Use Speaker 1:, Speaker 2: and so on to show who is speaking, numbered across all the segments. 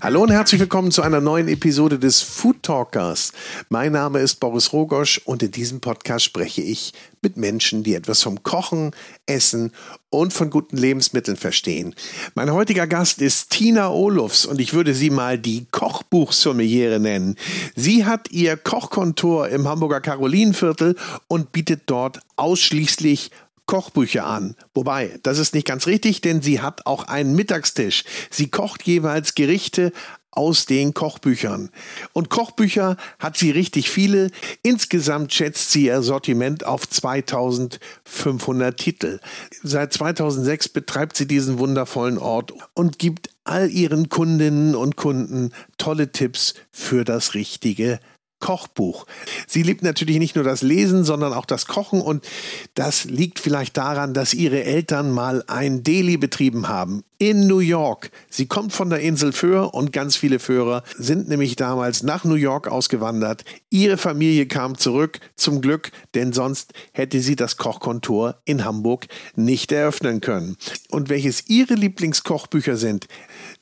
Speaker 1: Hallo und herzlich willkommen zu einer neuen Episode des Food Talkers. Mein Name ist Boris Rogosch und in diesem Podcast spreche ich mit Menschen, die etwas vom Kochen, Essen und von guten Lebensmitteln verstehen. Mein heutiger Gast ist Tina Olufs und ich würde sie mal die Kochbuchsommeliere nennen. Sie hat ihr Kochkontor im Hamburger Karolinenviertel und bietet dort ausschließlich Kochbücher an. Wobei, das ist nicht ganz richtig, denn sie hat auch einen Mittagstisch. Sie kocht jeweils Gerichte aus den Kochbüchern. Und Kochbücher hat sie richtig viele. Insgesamt schätzt sie ihr Sortiment auf 2500 Titel. Seit 2006 betreibt sie diesen wundervollen Ort und gibt all ihren Kundinnen und Kunden tolle Tipps für das richtige Kochbuch. Sie liebt natürlich nicht nur das Lesen, sondern auch das Kochen und das liegt vielleicht daran, dass ihre Eltern mal ein Deli betrieben haben in New York. Sie kommt von der Insel Föhr und ganz viele Föhrer sind nämlich damals nach New York ausgewandert. Ihre Familie kam zurück, zum Glück, denn sonst hätte sie das Kochkontor in Hamburg nicht eröffnen können. Und welches ihre Lieblingskochbücher sind,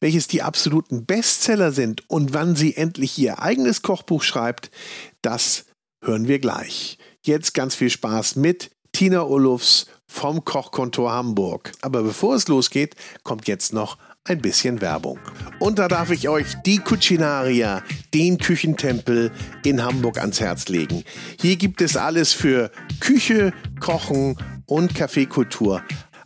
Speaker 1: welches die absoluten Bestseller sind und wann sie endlich ihr eigenes Kochbuch schreibt, das hören wir gleich. Jetzt ganz viel Spaß mit Tina Ulufs vom Kochkontor Hamburg. Aber bevor es losgeht, kommt jetzt noch ein bisschen Werbung. Und da darf ich euch die Cucinaria, den Küchentempel in Hamburg ans Herz legen. Hier gibt es alles für Küche, Kochen und Kaffeekultur.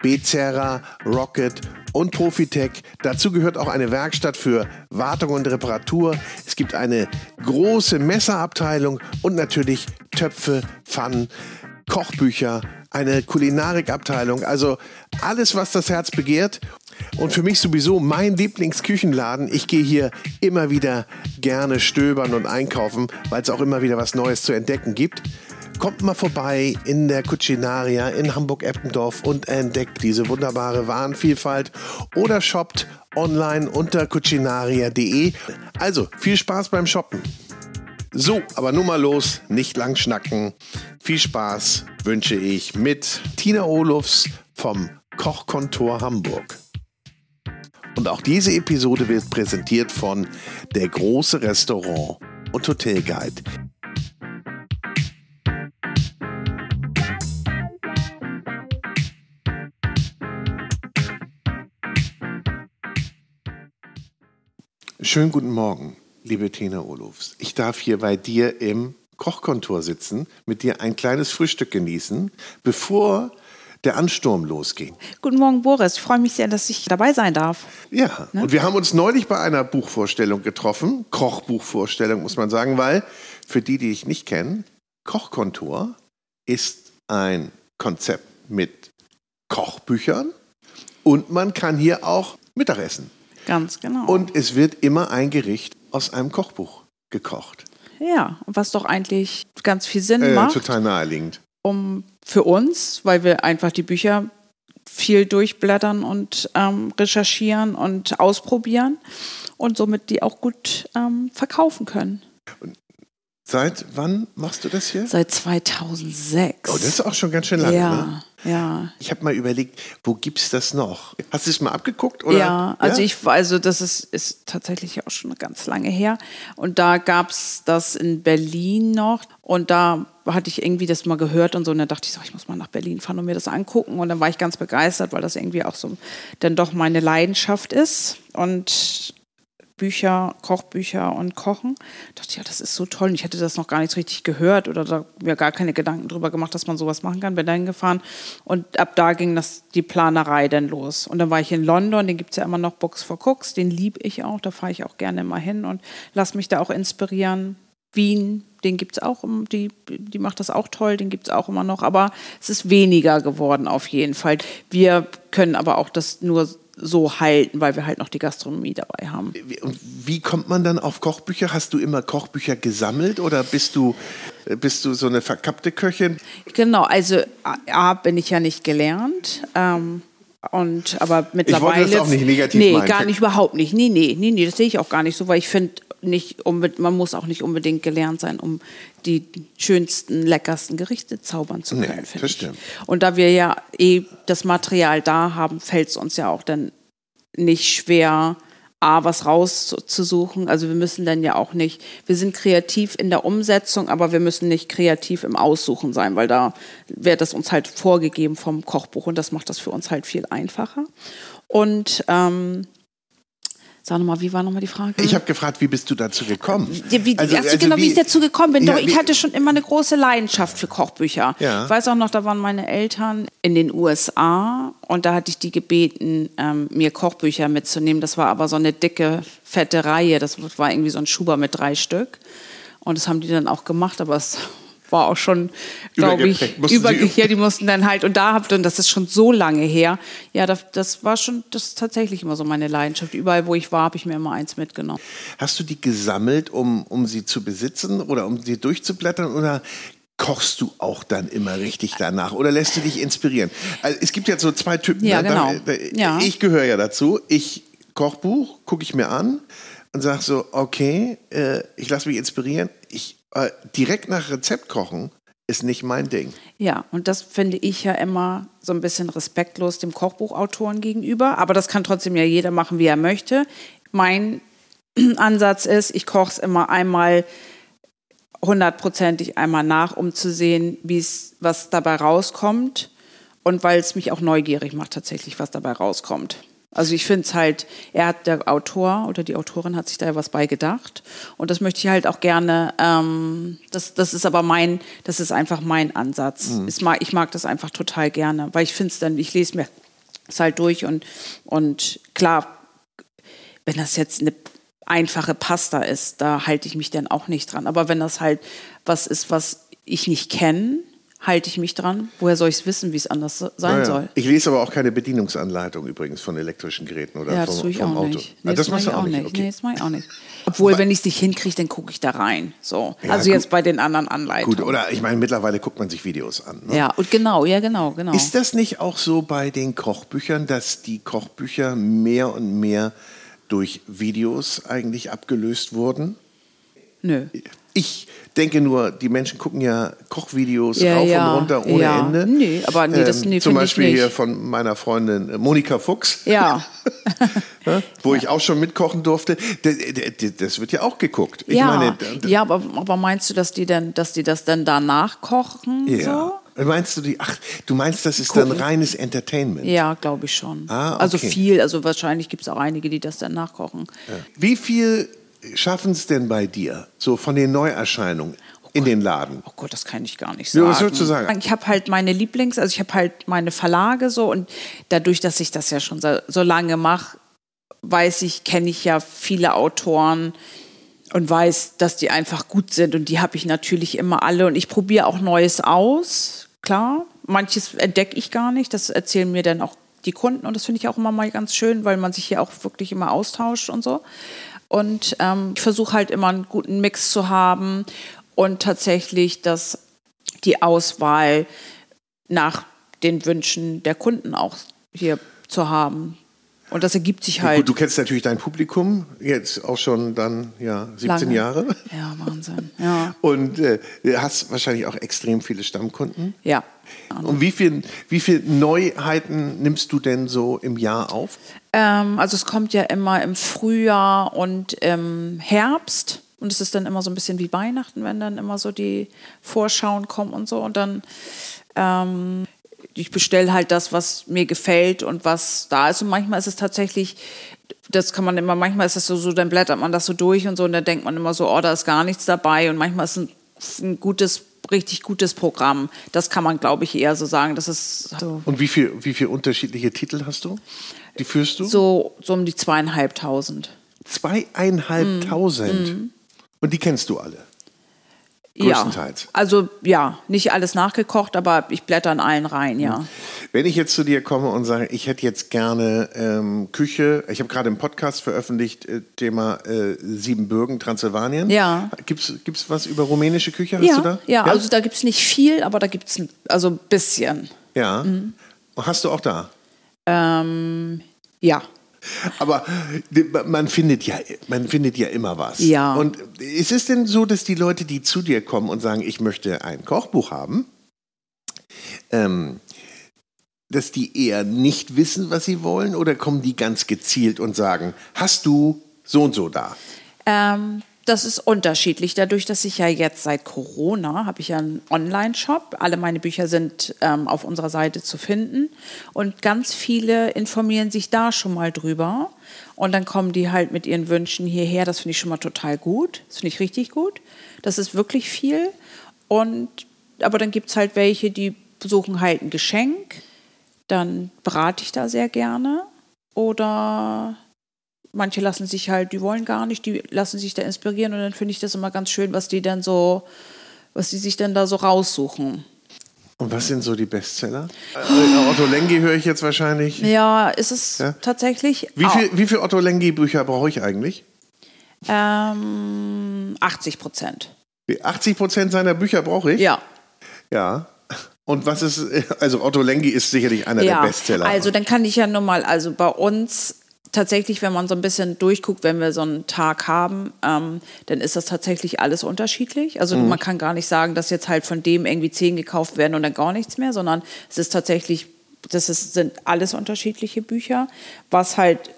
Speaker 1: Bezerra, Rocket und Profitech. Dazu gehört auch eine Werkstatt für Wartung und Reparatur. Es gibt eine große Messerabteilung und natürlich Töpfe, Pfannen, Kochbücher, eine Kulinarikabteilung. Also alles, was das Herz begehrt. Und für mich sowieso mein Lieblingsküchenladen. Ich gehe hier immer wieder gerne stöbern und einkaufen, weil es auch immer wieder was Neues zu entdecken gibt. Kommt mal vorbei in der Cucinaria in Hamburg-Eppendorf und entdeckt diese wunderbare Warenvielfalt oder shoppt online unter cucinaria.de. Also viel Spaß beim Shoppen. So, aber nun mal los, nicht lang schnacken. Viel Spaß wünsche ich mit Tina Olufs vom Kochkontor Hamburg. Und auch diese Episode wird präsentiert von Der große Restaurant und Hotelguide. Schönen guten Morgen, liebe Tina Olofs. Ich darf hier bei dir im Kochkontor sitzen, mit dir ein kleines Frühstück genießen, bevor der Ansturm losging.
Speaker 2: Guten Morgen, Boris. Ich freue mich sehr, dass ich dabei sein darf.
Speaker 1: Ja, und wir haben uns neulich bei einer Buchvorstellung getroffen, Kochbuchvorstellung muss man sagen, weil für die, die ich nicht kennen, Kochkontor ist ein Konzept mit Kochbüchern und man kann hier auch Mittagessen.
Speaker 2: Ganz genau.
Speaker 1: Und es wird immer ein Gericht aus einem Kochbuch gekocht.
Speaker 2: ja, und was doch eigentlich ganz viel Sinn
Speaker 1: Äh,
Speaker 2: macht
Speaker 1: total naheliegend.
Speaker 2: um, für uns, weil wir einfach die Bücher viel durchblättern und ähm, recherchieren und ausprobieren und somit die auch gut ähm, verkaufen können.
Speaker 1: Seit wann machst du das hier?
Speaker 2: Seit 2006.
Speaker 1: Oh, das ist auch schon ganz schön lange. Ne?
Speaker 2: ja, ja.
Speaker 1: Ich habe mal überlegt, wo gibt's das noch? Hast du es mal abgeguckt? Oder?
Speaker 2: Ja, also ich also das ist, ist tatsächlich auch schon ganz lange her. Und da gab's das in Berlin noch und da hatte ich irgendwie das mal gehört und so und dann dachte ich so, ich muss mal nach Berlin fahren und mir das angucken und dann war ich ganz begeistert, weil das irgendwie auch so dann doch meine Leidenschaft ist und Bücher, Kochbücher und Kochen. Dachte ja, das ist so toll. Und ich hätte das noch gar nicht so richtig gehört oder da, mir gar keine Gedanken drüber gemacht, dass man sowas machen kann. Bin dahin gefahren und ab da ging das, die Planerei dann los. Und dann war ich in London, den gibt es ja immer noch, Books for Cooks, den liebe ich auch. Da fahre ich auch gerne mal hin und lass mich da auch inspirieren. Wien, den gibt es auch, im- die, die macht das auch toll, den gibt es auch immer noch, aber es ist weniger geworden auf jeden Fall. Wir können aber auch das nur so halten, weil wir halt noch die Gastronomie dabei haben.
Speaker 1: Wie- Und wie kommt man dann auf Kochbücher? Hast du immer Kochbücher gesammelt oder bist du, äh, bist du so eine
Speaker 2: Hm.
Speaker 1: verkappte Köchin?
Speaker 2: Genau, also A, A bin ich ja nicht gelernt. Ähm, Und aber mittlerweile.
Speaker 1: das auch nicht negativ
Speaker 2: Nee,
Speaker 1: meinen.
Speaker 2: gar nicht, überhaupt nicht. Nee, nee, nee, nee, das sehe ich auch gar nicht so, weil ich finde nicht unbe- man muss auch nicht unbedingt gelernt sein, um die schönsten, leckersten Gerichte zaubern zu
Speaker 1: Nee,
Speaker 2: können. finde
Speaker 1: das
Speaker 2: ich.
Speaker 1: stimmt.
Speaker 2: Und da wir ja eh das Material da haben, fällt es uns ja auch dann nicht schwer, A, was rauszusuchen. Also wir müssen dann ja auch nicht, wir sind kreativ in der Umsetzung, aber wir müssen nicht kreativ im Aussuchen sein, weil da wird das uns halt vorgegeben vom Kochbuch und das macht das für uns halt viel einfacher. Und ähm, sag nochmal, wie war nochmal die Frage?
Speaker 1: Ich habe gefragt, wie bist du dazu gekommen?
Speaker 2: Ja, wie, also, genau, wie, ich dazu gekommen bin.
Speaker 1: Ja,
Speaker 2: Doch, ich
Speaker 1: wie-
Speaker 2: hatte schon immer eine große Leidenschaft für Kochbücher.
Speaker 1: Ja.
Speaker 2: Ich weiß auch noch, da waren meine Eltern in den USA und da hatte ich die gebeten, ähm, mir Kochbücher mitzunehmen. Das war aber so eine dicke, fette Reihe. Das war irgendwie so ein Schuber mit drei Stück. Und das haben die dann auch gemacht, aber es war auch schon, glaube ich,
Speaker 1: Übergeprägt. Mussten sie
Speaker 2: überge
Speaker 1: üben.
Speaker 2: ja, die mussten dann halt, und da habt, und das ist schon so lange her, ja, das, das war schon, das ist tatsächlich immer so meine Leidenschaft. Überall, wo ich war, habe ich mir immer eins mitgenommen.
Speaker 1: Hast du die gesammelt, um, um sie zu besitzen oder um sie durchzublättern oder kochst du auch dann immer richtig danach oder lässt du dich inspirieren? Also es gibt jetzt so zwei Typen.
Speaker 2: Ja,
Speaker 1: ne? Da-
Speaker 2: genau.
Speaker 1: da-
Speaker 2: Ja.
Speaker 1: Ich gehöre ja dazu. Ich Kochbuch gucke ich mir an und sage so, okay, äh, ich lasse mich inspirieren. Ich äh, direkt nach Rezept kochen ist nicht mein Ding.
Speaker 2: Ja, und das finde ich ja immer so ein bisschen respektlos dem Kochbuchautoren gegenüber. Aber das kann trotzdem ja jeder machen, wie er möchte. Mein Ansatz ist, ich koche es immer einmal hundertprozentig einmal nach, um zu sehen, wie's, was dabei rauskommt. Und weil es mich auch neugierig macht, tatsächlich, was dabei rauskommt. Also ich finde es halt, er hat, der Autor oder die Autorin hat sich da ja was bei gedacht. Und das möchte ich halt auch gerne, ähm, das, das ist aber mein, das ist einfach mein Ansatz. Es mag, ich mag das einfach total gerne, weil ich finde es dann, ich lese mir es halt durch und, und klar, wenn das jetzt eine einfache Pasta ist, da halte ich mich dann auch nicht dran. Aber wenn das halt was ist, was ich nicht kenne, halte ich mich dran. Woher soll ich es wissen, wie es anders so- sein
Speaker 1: Naja.
Speaker 2: soll?
Speaker 1: Ich lese aber auch keine Bedienungsanleitung übrigens von elektrischen Geräten oder
Speaker 2: Ja, das tue
Speaker 1: vom,
Speaker 2: ich
Speaker 1: vom
Speaker 2: auch
Speaker 1: Auto.
Speaker 2: nicht.
Speaker 1: Ah, das
Speaker 2: mach
Speaker 1: machst du
Speaker 2: ich
Speaker 1: auch nicht. Okay.
Speaker 2: Nee, das mache ich auch nicht. Obwohl,
Speaker 1: Weil-
Speaker 2: wenn ich es nicht hinkriege, dann gucke ich da rein. So.
Speaker 1: Ja,
Speaker 2: also
Speaker 1: gut.
Speaker 2: jetzt bei den anderen Anleitungen.
Speaker 1: Gut, oder ich meine, mittlerweile guckt man sich Videos an. Ne?
Speaker 2: Ja, und genau, ja, genau, genau.
Speaker 1: Ist das nicht auch so bei den Kochbüchern, dass die Kochbücher mehr und mehr durch Videos eigentlich abgelöst wurden?
Speaker 2: Nö.
Speaker 1: Ich denke nur, die Menschen gucken ja Kochvideos
Speaker 2: Ja,
Speaker 1: rauf
Speaker 2: ja,
Speaker 1: und runter ohne
Speaker 2: ja.
Speaker 1: Ende. Ähm,
Speaker 2: Nee, aber nee, das- nee,
Speaker 1: Zum
Speaker 2: find ich
Speaker 1: Beispiel
Speaker 2: nicht.
Speaker 1: hier von meiner Freundin äh, Monika Fuchs,
Speaker 2: Ja.
Speaker 1: ne, wo ich auch schon mitkochen durfte. D- d- d- Das wird ja auch geguckt. Ich
Speaker 2: ja,
Speaker 1: meine, d- d-
Speaker 2: ja aber, aber meinst du, dass die, denn, dass die das dann danach kochen? So?
Speaker 1: Meinst du die? Ach, du meinst, das ist dann reines Entertainment?
Speaker 2: Ja, glaube ich schon.
Speaker 1: Ah,
Speaker 2: Also
Speaker 1: okay.
Speaker 2: viel, also wahrscheinlich gibt es auch einige, die das dann nachkochen.
Speaker 1: Wie viel schaffen es denn bei dir, so von den Neuerscheinungen in den Laden?
Speaker 2: Oh Gott, das kann ich gar nicht
Speaker 1: Ja,
Speaker 2: sagen.
Speaker 1: was würdest du sagen?
Speaker 2: Ich habe halt meine Lieblings, also ich habe halt meine Verlage so und dadurch, dass ich das ja schon so, so lange mache, weiß ich, kenne ich ja viele Autoren und weiß, dass die einfach gut sind und die habe ich natürlich immer alle und ich probiere auch Neues aus, klar. Manches entdecke ich gar nicht, das erzählen mir dann auch die Kunden und das finde ich auch immer mal ganz schön, weil man sich hier auch wirklich immer austauscht und so. Und ähm, ich versuche halt immer einen guten Mix zu haben und tatsächlich, dass die Auswahl nach den Wünschen der Kunden auch hier zu haben. Und das ergibt sich halt.
Speaker 1: Gut, du kennst natürlich dein Publikum, jetzt auch schon dann ja 17
Speaker 2: Lange.
Speaker 1: Jahre.
Speaker 2: Ja, Wahnsinn. Ja.
Speaker 1: Und äh, hast wahrscheinlich auch extrem viele Stammkunden.
Speaker 2: ja.
Speaker 1: Und wie viel, wie viel Neuheiten nimmst du denn so im Jahr auf?
Speaker 2: Ähm, also es kommt ja immer im Frühjahr und im Herbst. Und es ist dann immer so ein bisschen wie Weihnachten, wenn dann immer so die Vorschauen kommen und so. Und dann, ähm, ich bestelle halt das, was mir gefällt und was da ist. Und manchmal ist es tatsächlich, das kann man immer, manchmal ist das so, so dann blättert man das so durch und so. Und dann denkt man immer so, oh, da ist gar nichts dabei. Und manchmal ist ein, ein gutes, richtig gutes Programm. Das kann man, glaube ich, eher so sagen. Das ist so
Speaker 1: Und wie viel, wie viel unterschiedliche Titel hast du? Die führst du?
Speaker 2: So, so um die zweieinhalbtausend.
Speaker 1: Zweieinhalbtausend.
Speaker 2: Mhm.
Speaker 1: Und die kennst du alle. Größtenteils.
Speaker 2: Ja. Also ja, nicht alles nachgekocht, aber ich blätter in allen rein,
Speaker 1: Hm.
Speaker 2: ja.
Speaker 1: Wenn ich jetzt zu dir komme und sage, ich hätte jetzt gerne ähm, Küche, ich habe gerade einen Podcast veröffentlicht, äh, Thema äh, Siebenbürgen, Transsilvanien.
Speaker 2: Ja.
Speaker 1: Gibt es was über rumänische Küche? Hast
Speaker 2: Ja,
Speaker 1: du da?
Speaker 2: ja, also da gibt es nicht viel, aber da gibt es also ein bisschen.
Speaker 1: ja. Hast du auch da?
Speaker 2: Ähm, ja.
Speaker 1: Aber man findet ja, man findet ja immer was.
Speaker 2: Ja.
Speaker 1: Und ist es denn so, dass die Leute, die zu dir kommen und sagen, ich möchte ein Kochbuch haben, ähm, dass die eher nicht wissen, was sie wollen, oder kommen die ganz gezielt und sagen, hast du so und so da?
Speaker 2: Ähm, das ist unterschiedlich. Dadurch, dass ich ja jetzt seit Corona habe ich ja einen Online-Shop. Alle meine Bücher sind ähm, auf unserer Seite zu finden. Und ganz viele informieren sich da schon mal drüber. Und dann kommen die halt mit ihren Wünschen hierher. Das finde ich schon mal total gut. Das finde ich richtig gut. Das ist wirklich viel. Und aber dann gibt es halt welche, die suchen halt ein Geschenk. Dann berate ich da sehr gerne. Oder manche lassen sich halt, die wollen gar nicht, die lassen sich da inspirieren und dann finde ich das immer ganz schön, was die dann so, was die sich dann da so raussuchen.
Speaker 1: Und was sind so die Bestseller? Äh, Otto Lengi höre ich jetzt wahrscheinlich.
Speaker 2: Ja, ist es
Speaker 1: Ja.
Speaker 2: tatsächlich.
Speaker 1: Wie
Speaker 2: auch.
Speaker 1: viel, wie viel Otto Lengi Bücher brauche ich eigentlich?
Speaker 2: Ähm, 80 Prozent.
Speaker 1: 80 Prozent seiner Bücher brauche ich.
Speaker 2: Ja.
Speaker 1: Ja. Und was ist, also Otto Lengi ist sicherlich einer
Speaker 2: ja.
Speaker 1: der Bestseller.
Speaker 2: Also dann kann ich ja nur mal, also bei uns tatsächlich, wenn man so ein bisschen durchguckt, wenn wir so einen Tag haben, ähm, dann ist das tatsächlich alles unterschiedlich. Also
Speaker 1: Mhm.
Speaker 2: man kann gar nicht sagen, dass jetzt halt von dem irgendwie zehn gekauft werden und dann gar nichts mehr, sondern es ist tatsächlich, das ist, sind alles unterschiedliche Bücher, was halt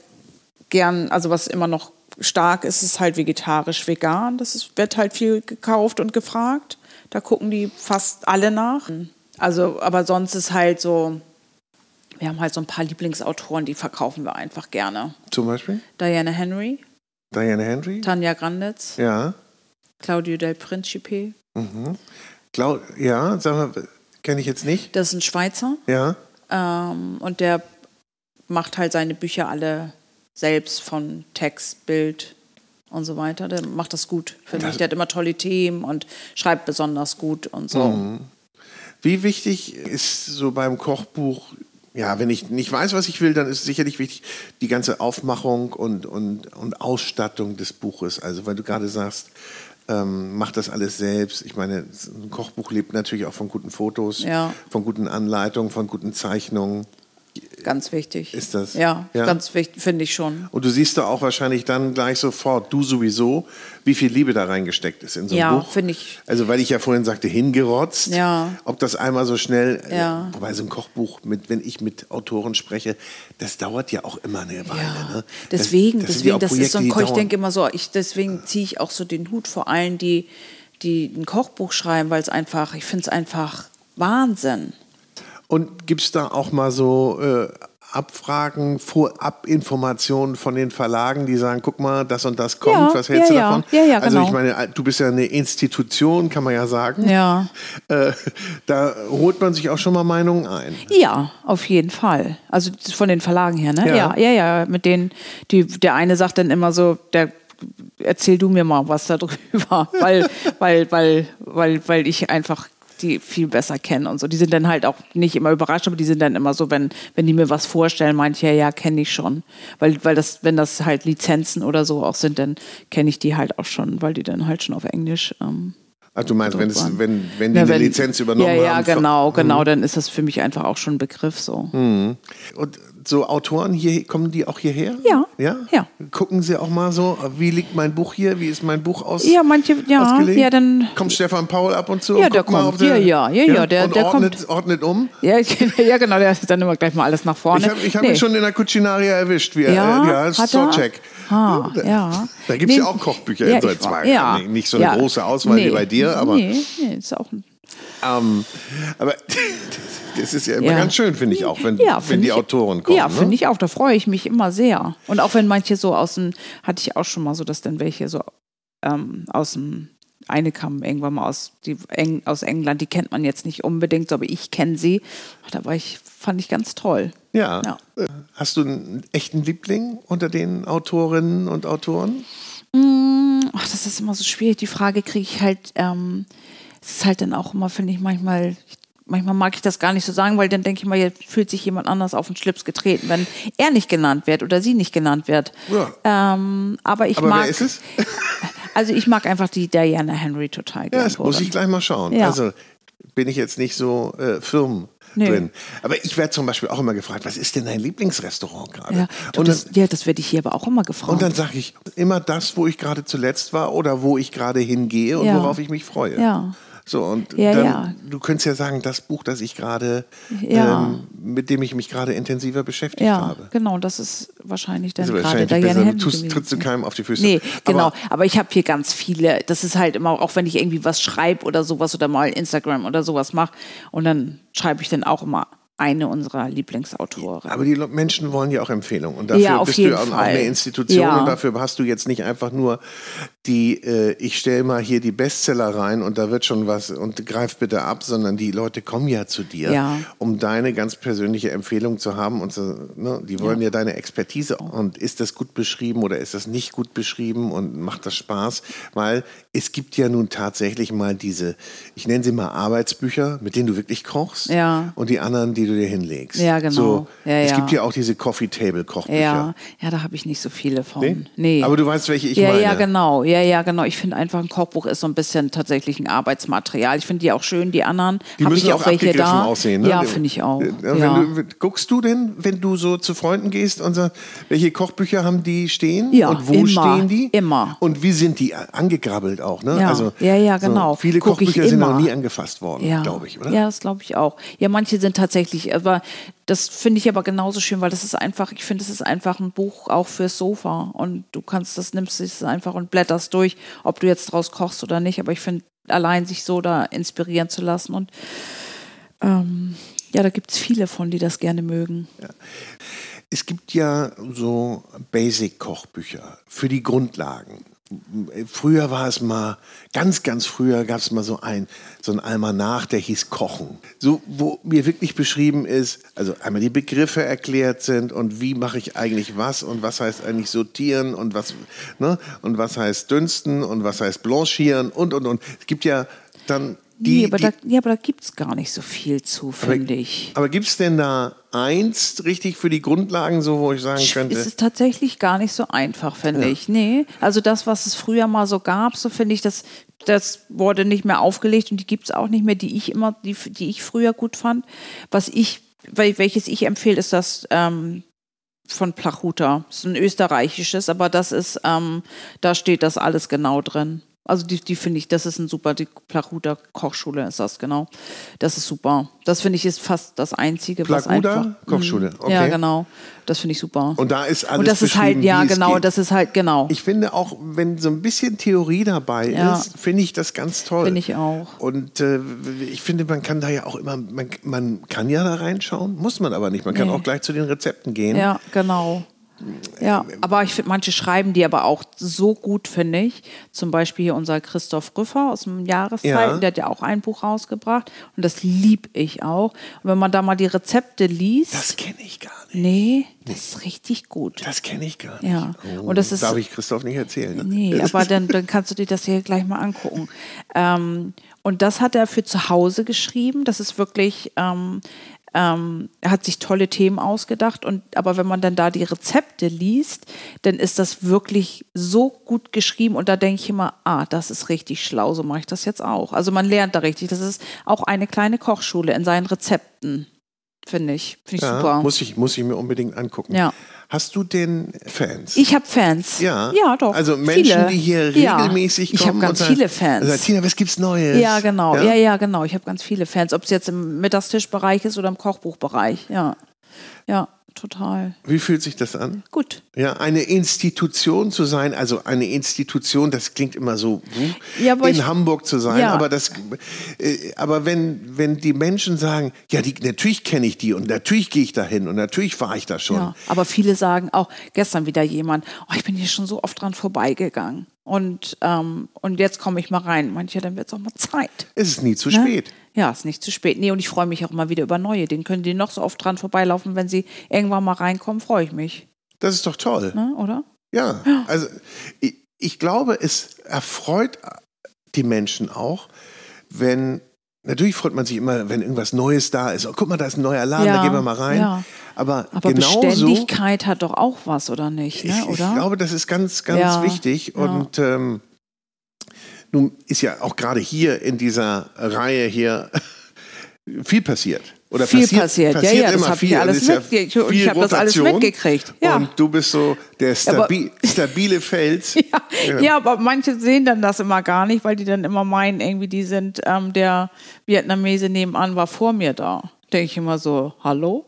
Speaker 2: gern, also was immer noch stark ist, ist halt vegetarisch, vegan. Das ist, wird halt viel gekauft und gefragt. Da gucken die fast alle nach. Also, aber sonst ist halt so, wir haben halt so ein paar Lieblingsautoren, die verkaufen wir einfach gerne.
Speaker 1: Zum Beispiel
Speaker 2: Diana Henry,
Speaker 1: Diane Henry.
Speaker 2: Tanja Granditz,
Speaker 1: ja.
Speaker 2: Claudio del Principe.
Speaker 1: Mhm. Glau ja, sag mal, kenne ich jetzt nicht.
Speaker 2: Das ist ein Schweizer
Speaker 1: Ja.
Speaker 2: ähm, und der macht halt seine Bücher alle selbst von Text, Bild und so weiter. Der macht das gut, finde ich. Der hat immer tolle Themen und schreibt besonders gut und so.
Speaker 1: Mhm. Wie wichtig ist so beim Kochbuch, ja, wenn ich nicht weiß, was ich will, dann ist sicherlich wichtig die ganze Aufmachung und, und, und Ausstattung des Buches. Also, weil du gerade sagst, ähm, mach das alles selbst. Ich meine, ein Kochbuch lebt natürlich auch von guten Fotos,
Speaker 2: Ja.
Speaker 1: von guten Anleitungen, von guten Zeichnungen.
Speaker 2: Ganz wichtig.
Speaker 1: Ist das-
Speaker 2: Ja,
Speaker 1: ja.
Speaker 2: ganz wichtig, finde ich schon.
Speaker 1: Und du siehst da auch wahrscheinlich dann gleich sofort, du sowieso, wie viel Liebe da reingesteckt ist in so ein
Speaker 2: Ja,
Speaker 1: Buch.
Speaker 2: finde ich.
Speaker 1: Also, weil ich ja vorhin sagte, hingerotzt.
Speaker 2: Ja.
Speaker 1: Ob das einmal so schnell, äh,
Speaker 2: Ja.
Speaker 1: wobei so ein Kochbuch, mit, wenn ich mit Autoren spreche, das dauert ja auch immer eine Weile. Ne? Das-
Speaker 2: Deswegen,
Speaker 1: das sind ja
Speaker 2: deswegen,
Speaker 1: auch
Speaker 2: das ist so ein
Speaker 1: Projekte,
Speaker 2: Koch,
Speaker 1: die
Speaker 2: ich
Speaker 1: dauern.
Speaker 2: denke immer so, ich, deswegen ziehe ich auch so den Hut vor allen, die, die ein Kochbuch schreiben, weil es einfach, ich finde es einfach Wahnsinn.
Speaker 1: Und gibt es da auch mal so äh, Abfragen, Vorabinformationen von den Verlagen, die sagen, guck mal, das und das kommt,
Speaker 2: Ja,
Speaker 1: was hältst du
Speaker 2: ja, ja.
Speaker 1: davon?
Speaker 2: Ja, ja,
Speaker 1: also
Speaker 2: genau.
Speaker 1: ich meine, du bist ja eine Institution, kann man ja sagen.
Speaker 2: Ja.
Speaker 1: Äh, da holt man sich auch schon mal Meinungen ein.
Speaker 2: Ja, auf jeden Fall. Also von den Verlagen her, ne?
Speaker 1: Ja.
Speaker 2: Ja, ja, ja. mit denen, die, der eine sagt dann immer so, der erzähl du mir mal was darüber, weil, weil, weil, weil, weil ich einfach die viel besser kenne und so. Die sind dann halt auch nicht immer überrascht, aber die sind dann immer so, wenn, wenn die mir was vorstellen, manche, ja, kenne ich schon. Weil, weil das, wenn das halt Lizenzen oder so auch sind, dann kenne ich die halt auch schon, weil die dann halt schon auf Englisch ähm,
Speaker 1: Ach, du meinst, wenn, es,
Speaker 2: waren.
Speaker 1: wenn, wenn die
Speaker 2: Ja,
Speaker 1: eine Lizenz übernommen
Speaker 2: ja, ja,
Speaker 1: haben. Mhm.
Speaker 2: Ja, genau, genau, dann ist das für mich einfach auch schon ein Begriff so.
Speaker 1: Hm. Und so Autoren, hier, kommen die auch hierher?
Speaker 2: Ja.
Speaker 1: ja.
Speaker 2: Ja.
Speaker 1: Gucken sie auch mal so, wie liegt mein Buch hier, wie ist mein Buch aus,
Speaker 2: Ja, manche- ja,
Speaker 1: ausgelegt?
Speaker 2: ja, dann-
Speaker 1: Kommt Stefan Paul ab und zu
Speaker 2: Ja,
Speaker 1: und
Speaker 2: der
Speaker 1: guckt mal,
Speaker 2: kommt.
Speaker 1: ob der...
Speaker 2: Ja, ja, ja, ja, der-
Speaker 1: und
Speaker 2: der
Speaker 1: ordnet, ordnet um.
Speaker 2: Ja, ja, genau, der ist dann immer gleich mal alles nach vorne.
Speaker 1: Ich habe ich hab
Speaker 2: Nee.
Speaker 1: ihn schon in der Cucinaria erwischt, wie er,
Speaker 2: ja,
Speaker 1: äh, ja,
Speaker 2: hat er?
Speaker 1: Soulcheck.
Speaker 2: Ah, ja.
Speaker 1: Da gibt's ja auch Kochbücher in
Speaker 2: ich
Speaker 1: Salzweiler.
Speaker 2: war- Ja.
Speaker 1: Nee, nicht so eine große Auswahl wie bei dir, aber-
Speaker 2: Nee, nee, ist auch ein.
Speaker 1: Ähm, aber das ist ja immer
Speaker 2: Ja.
Speaker 1: ganz schön, finde ich auch, wenn,
Speaker 2: Ja,
Speaker 1: wenn
Speaker 2: find
Speaker 1: die
Speaker 2: ich-
Speaker 1: Autoren kommen.
Speaker 2: Ja, finde
Speaker 1: ne?
Speaker 2: ich auch. Da freue ich mich immer sehr. Und auch wenn manche so aus dem, hatte ich auch schon mal so, dass dann welche so ähm, aus dem eine kam irgendwann mal aus, die Eng, aus England, die kennt man jetzt nicht unbedingt, so, aber ich kenne sie. Ach, Da war ich, fand ich ganz toll.
Speaker 1: Ja.
Speaker 2: Ja.
Speaker 1: Äh, Hast du einen echten Liebling unter den Autorinnen und Autoren?
Speaker 2: Mm, Ach, das ist immer so schwierig. Die Frage kriege ich halt, ähm, es ist halt dann auch immer, finde ich, manchmal, manchmal mag ich das gar nicht so sagen, weil dann denke ich mal, jetzt fühlt sich jemand anders auf den Schlips getreten, wenn er nicht genannt wird oder sie nicht genannt wird.
Speaker 1: Ja.
Speaker 2: Ähm, aber ich
Speaker 1: Aber
Speaker 2: mag,
Speaker 1: wer ist es?
Speaker 2: also ich mag einfach die Diana Henry total
Speaker 1: Ja,
Speaker 2: gerne.
Speaker 1: das muss ich gleich mal schauen.
Speaker 2: Ja.
Speaker 1: Also bin ich jetzt nicht so äh, firm
Speaker 2: Nee.
Speaker 1: drin. Aber ich werde zum Beispiel auch immer gefragt, was ist denn dein Lieblingsrestaurant gerade?
Speaker 2: Ja, du,
Speaker 1: und, dann-
Speaker 2: das, ja, das werde ich hier aber auch immer gefragt.
Speaker 1: und dann sage ich immer das, wo ich gerade zuletzt war oder wo ich gerade hingehe und
Speaker 2: Ja.
Speaker 1: worauf ich mich freue.
Speaker 2: Ja.
Speaker 1: So, und
Speaker 2: Ja,
Speaker 1: dann,
Speaker 2: ja.
Speaker 1: du könntest ja sagen, das Buch, das ich gerade,
Speaker 2: Ja.
Speaker 1: ähm, mit dem ich mich gerade intensiver beschäftigt
Speaker 2: ja,
Speaker 1: habe.
Speaker 2: genau, das ist wahrscheinlich dann
Speaker 1: Also
Speaker 2: gerade
Speaker 1: wahrscheinlich
Speaker 2: da
Speaker 1: besser,
Speaker 2: gerne
Speaker 1: du tust, trittst du keinem auf die Füße.
Speaker 2: Nee, genau.
Speaker 1: Aber
Speaker 2: Aber, ich habe hier ganz viele. Das ist halt immer, auch wenn ich irgendwie was schreibe oder sowas oder mal Instagram oder sowas mache. Und dann schreibe ich dann auch immer eine unserer Lieblingsautoren.
Speaker 1: Aber die Lo- Menschen wollen ja auch Empfehlungen. Und dafür
Speaker 2: Ja, auf
Speaker 1: bist
Speaker 2: jeden
Speaker 1: du auch auch
Speaker 2: Fall.
Speaker 1: eine Institution.
Speaker 2: Ja.
Speaker 1: Und dafür hast du jetzt nicht einfach nur die, äh, ich stelle mal hier die Bestseller rein und da wird schon was und greif bitte ab, sondern die Leute kommen ja zu dir,
Speaker 2: Ja.
Speaker 1: um deine ganz persönliche Empfehlung zu haben. Und so, ne, die wollen ja. deine Expertise. Und ist das gut beschrieben oder ist das nicht gut beschrieben und macht das Spaß? Weil es gibt ja nun tatsächlich mal diese, ich nenne sie mal Arbeitsbücher, mit denen du wirklich kochst
Speaker 2: Ja.
Speaker 1: und die anderen, die du dir hinlegst.
Speaker 2: Ja, genau.
Speaker 1: So,
Speaker 2: Ja,
Speaker 1: es
Speaker 2: ja.
Speaker 1: gibt ja auch diese Coffee Table Kochbücher.
Speaker 2: Ja, ja, da habe ich nicht so viele von.
Speaker 1: Nee?
Speaker 2: Nee.
Speaker 1: Aber du weißt, welche ich
Speaker 2: ja,
Speaker 1: meine.
Speaker 2: Ja, genau. Ja, ja, genau. Ich finde einfach, ein Kochbuch ist so ein bisschen tatsächlich ein Arbeitsmaterial. Ich finde die auch schön, die anderen.
Speaker 1: Die
Speaker 2: Hab
Speaker 1: müssen
Speaker 2: ich
Speaker 1: auch, abgegriffen aussehen. Ne?
Speaker 2: Ja, finde ich auch.
Speaker 1: Äh, Wenn
Speaker 2: ja.
Speaker 1: du, guckst du denn, wenn du so zu Freunden gehst und sagst, welche Kochbücher haben die stehen?
Speaker 2: Ja,
Speaker 1: Und wo
Speaker 2: immer,
Speaker 1: stehen die?
Speaker 2: immer.
Speaker 1: Und wie sind die angegrabbelt auch? Ne?
Speaker 2: Ja,
Speaker 1: Also,
Speaker 2: ja, ja, genau.
Speaker 1: So viele
Speaker 2: Guck ich
Speaker 1: Kochbücher sind noch
Speaker 2: immer.
Speaker 1: nie angefasst worden,
Speaker 2: Ja.
Speaker 1: glaube ich, oder?
Speaker 2: Ja, das glaube ich auch. Ja, manche sind tatsächlich, aber das finde ich aber genauso schön, weil das ist einfach, ich finde, das ist einfach ein Buch auch fürs Sofa und du kannst das, nimmst es einfach und blätterst durch, ob du jetzt draus kochst oder nicht, aber ich finde, allein sich so da inspirieren zu lassen und ähm, ja, da gibt es viele von, die das gerne mögen.
Speaker 1: Es gibt ja so Basic-Kochbücher für die Grundlagen. Früher war es mal, ganz, ganz früher gab es mal so ein, so ein Almanach, der hieß Kochen. So, wo mir wirklich beschrieben ist, also einmal die Begriffe erklärt sind und wie mache ich eigentlich was und was heißt eigentlich sortieren und was, ne, und was heißt dünsten und was heißt blanchieren und, und, und. Es gibt ja dann die,
Speaker 2: nee, aber
Speaker 1: die
Speaker 2: da, ja, aber da gibt es gar nicht so viel zu, finde ich.
Speaker 1: aber gibt es denn da eins richtig für die Grundlagen, so wo ich sagen könnte?
Speaker 2: Es ist tatsächlich gar nicht so einfach, finde ich. Nee. Also das, was es früher mal so gab, so finde ich, das, das wurde nicht mehr aufgelegt und die gibt es auch nicht mehr, die ich immer, die, die ich früher gut fand. Was ich, wel- welches ich empfehle, ist das ähm, von Plachuta. Das ist ein österreichisches, aber das ist, ähm, da steht das alles genau drin. Also die, die finde ich, das ist ein super, die Plachuta Kochschule ist das, genau. Das ist super. Das finde ich ist fast das Einzige, was
Speaker 1: Plachuta?
Speaker 2: einfach...
Speaker 1: Kochschule,
Speaker 2: Mhm.
Speaker 1: okay.
Speaker 2: Ja, genau. Das finde ich super.
Speaker 1: Und da ist alles
Speaker 2: Und das ist
Speaker 1: beschrieben,
Speaker 2: halt, ja,
Speaker 1: wie es
Speaker 2: genau,
Speaker 1: geht.
Speaker 2: das ist halt, genau.
Speaker 1: ich finde auch, wenn so ein bisschen Theorie dabei
Speaker 2: Ja.
Speaker 1: ist, finde ich das ganz toll.
Speaker 2: Finde ich auch.
Speaker 1: Und äh, ich finde, man kann da ja auch immer, man, man kann ja da reinschauen, muss man aber nicht. Man kann
Speaker 2: Nee.
Speaker 1: auch gleich zu den Rezepten gehen.
Speaker 2: ja, genau. Ja, aber ich finde, manche schreiben die aber auch so gut, finde ich. Zum Beispiel hier unser Christoph Rüffer aus dem Jahreszeiten,
Speaker 1: Ja.
Speaker 2: der hat ja auch ein Buch rausgebracht und das lieb ich auch. Und wenn man da mal die Rezepte liest,
Speaker 1: Das kenne ich gar nicht.
Speaker 2: nee, das ist richtig gut.
Speaker 1: Das kenne ich gar nicht.
Speaker 2: Ja.
Speaker 1: Oh,
Speaker 2: Und das ist-
Speaker 1: darf ich Christoph nicht erzählen. ne?
Speaker 2: Nee, aber dann, dann kannst du dir das hier gleich mal angucken. Ähm, und das hat er für zu Hause geschrieben. Das ist wirklich, ähm, ähm, er hat sich tolle Themen ausgedacht. Und, aber wenn man dann da die Rezepte liest, dann ist das wirklich so gut geschrieben. Und da denke ich immer, ah, das ist richtig schlau, so mache ich das jetzt auch. Also man lernt da richtig. Das ist auch eine kleine Kochschule in seinen Rezepten, finde ich. Finde ich
Speaker 1: Ja,
Speaker 2: super.
Speaker 1: Muss ich, muss ich mir unbedingt angucken.
Speaker 2: Ja.
Speaker 1: Hast du denn Fans?
Speaker 2: Ich habe Fans.
Speaker 1: Ja.
Speaker 2: Ja, doch.
Speaker 1: Also Menschen,
Speaker 2: Viele.
Speaker 1: die hier
Speaker 2: Ja.
Speaker 1: regelmäßig kommen.
Speaker 2: Ich habe ganz
Speaker 1: und sagen,
Speaker 2: viele Fans.
Speaker 1: Sagen, Tina, was gibt's Neues?
Speaker 2: Ja, genau. Ja, ja, genau. Ich habe ganz viele Fans, ob es jetzt im Mittagstischbereich ist oder im Kochbuchbereich. Ja, ja, total.
Speaker 1: Wie fühlt sich das an?
Speaker 2: Gut.
Speaker 1: Ja, eine Institution zu sein, also eine Institution, das klingt immer so, hm,
Speaker 2: Ja, aber
Speaker 1: in
Speaker 2: ich-
Speaker 1: Hamburg zu sein,
Speaker 2: Ja.
Speaker 1: aber das, äh, aber wenn, wenn die Menschen sagen, ja, die, natürlich kenne ich die und natürlich gehe ich da hin und natürlich war ich da schon.
Speaker 2: Ja. Aber viele sagen auch, gestern wieder jemand, oh, ich bin hier schon so oft dran vorbeigegangen. Und, ähm, und jetzt komme ich mal rein. Manche, dann wird es auch mal Zeit.
Speaker 1: Es ist nie zu
Speaker 2: Ne?
Speaker 1: spät.
Speaker 2: Ja, ist nicht zu spät. Nee, und ich freue mich auch mal wieder über neue. Den können die noch so oft dran vorbeilaufen. Wenn sie irgendwann mal reinkommen, freue ich mich.
Speaker 1: Das ist doch toll.
Speaker 2: Ne? Oder?
Speaker 1: Ja, also ich, ich glaube, es erfreut die Menschen auch, wenn, natürlich freut man sich immer, wenn irgendwas Neues da ist. Oh, guck mal, da ist ein neuer Laden, da
Speaker 2: Ja,
Speaker 1: gehen wir mal rein.
Speaker 2: ja.
Speaker 1: Aber,
Speaker 2: Aber
Speaker 1: genauso,
Speaker 2: Beständigkeit hat doch auch was, oder nicht? Ne?
Speaker 1: Genau ich,
Speaker 2: oder?
Speaker 1: ich glaube, das ist ganz, ganz
Speaker 2: Ja,
Speaker 1: wichtig.
Speaker 2: ja.
Speaker 1: Und ähm, nun ist ja auch gerade hier in dieser Reihe hier viel passiert. Oder
Speaker 2: Viel
Speaker 1: passiert,
Speaker 2: passiert. Ja, ja, das
Speaker 1: immer
Speaker 2: hab ich
Speaker 1: viel.
Speaker 2: ja
Speaker 1: und
Speaker 2: alles
Speaker 1: ist
Speaker 2: mit- ich- und ich
Speaker 1: viel
Speaker 2: hab das alles
Speaker 1: Rotation.
Speaker 2: mitgekriegt. Ja.
Speaker 1: Und du bist so der
Speaker 2: Aber-
Speaker 1: stabi stabile Fels.
Speaker 2: Ja, ja, aber manche sehen dann das immer gar nicht, weil die dann immer meinen, irgendwie die sind, ähm, der Vietnamese nebenan war vor mir da. Denke ich immer so, hallo?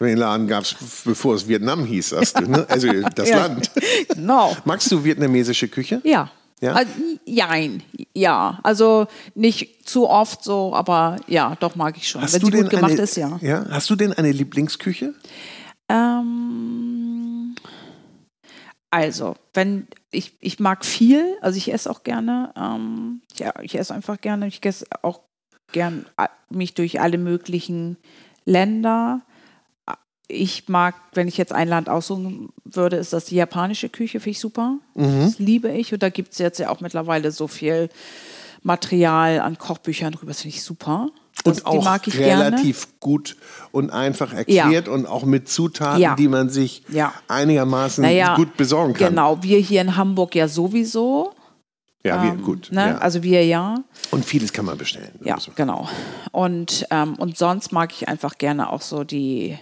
Speaker 1: Den Laden gab es, bevor es Vietnam hieß, sagst du, ne? Also das
Speaker 2: Ja.
Speaker 1: Land.
Speaker 2: Genau.
Speaker 1: Magst du vietnamesische Küche?
Speaker 2: Ja.
Speaker 1: Ja?
Speaker 2: Also, jein, ja. Also nicht zu oft so, aber ja, doch mag ich schon. Wenn sie gut gemacht
Speaker 1: eine,
Speaker 2: ist, ja.
Speaker 1: ja. Hast du denn eine Lieblingsküche?
Speaker 2: Ähm, also, wenn ich, ich mag viel, also ich esse auch gerne, ähm, ja, ich esse einfach gerne, ich esse auch gern a- mich durch alle möglichen Länder. A- Ich mag, wenn ich jetzt ein Land aussuchen würde, ist das die japanische Küche, finde ich super.
Speaker 1: Mhm.
Speaker 2: Das liebe ich. Und da gibt es jetzt ja auch mittlerweile so viel Material an Kochbüchern drüber, das finde ich super. Das,
Speaker 1: Und auch
Speaker 2: die mag ich gerne.
Speaker 1: relativ gut und einfach erklärt und auch mit Zutaten,
Speaker 2: Ja.
Speaker 1: die man sich
Speaker 2: Ja.
Speaker 1: einigermaßen
Speaker 2: Naja,
Speaker 1: gut besorgen kann.
Speaker 2: Genau, wir hier in Hamburg ja sowieso.
Speaker 1: Ja, wir,
Speaker 2: Ähm,
Speaker 1: gut.
Speaker 2: Ne?
Speaker 1: ja.
Speaker 2: Also wir ja.
Speaker 1: und vieles kann man bestellen.
Speaker 2: Ja,
Speaker 1: Also,
Speaker 2: genau. Und, ähm, und sonst mag ich einfach gerne auch so die,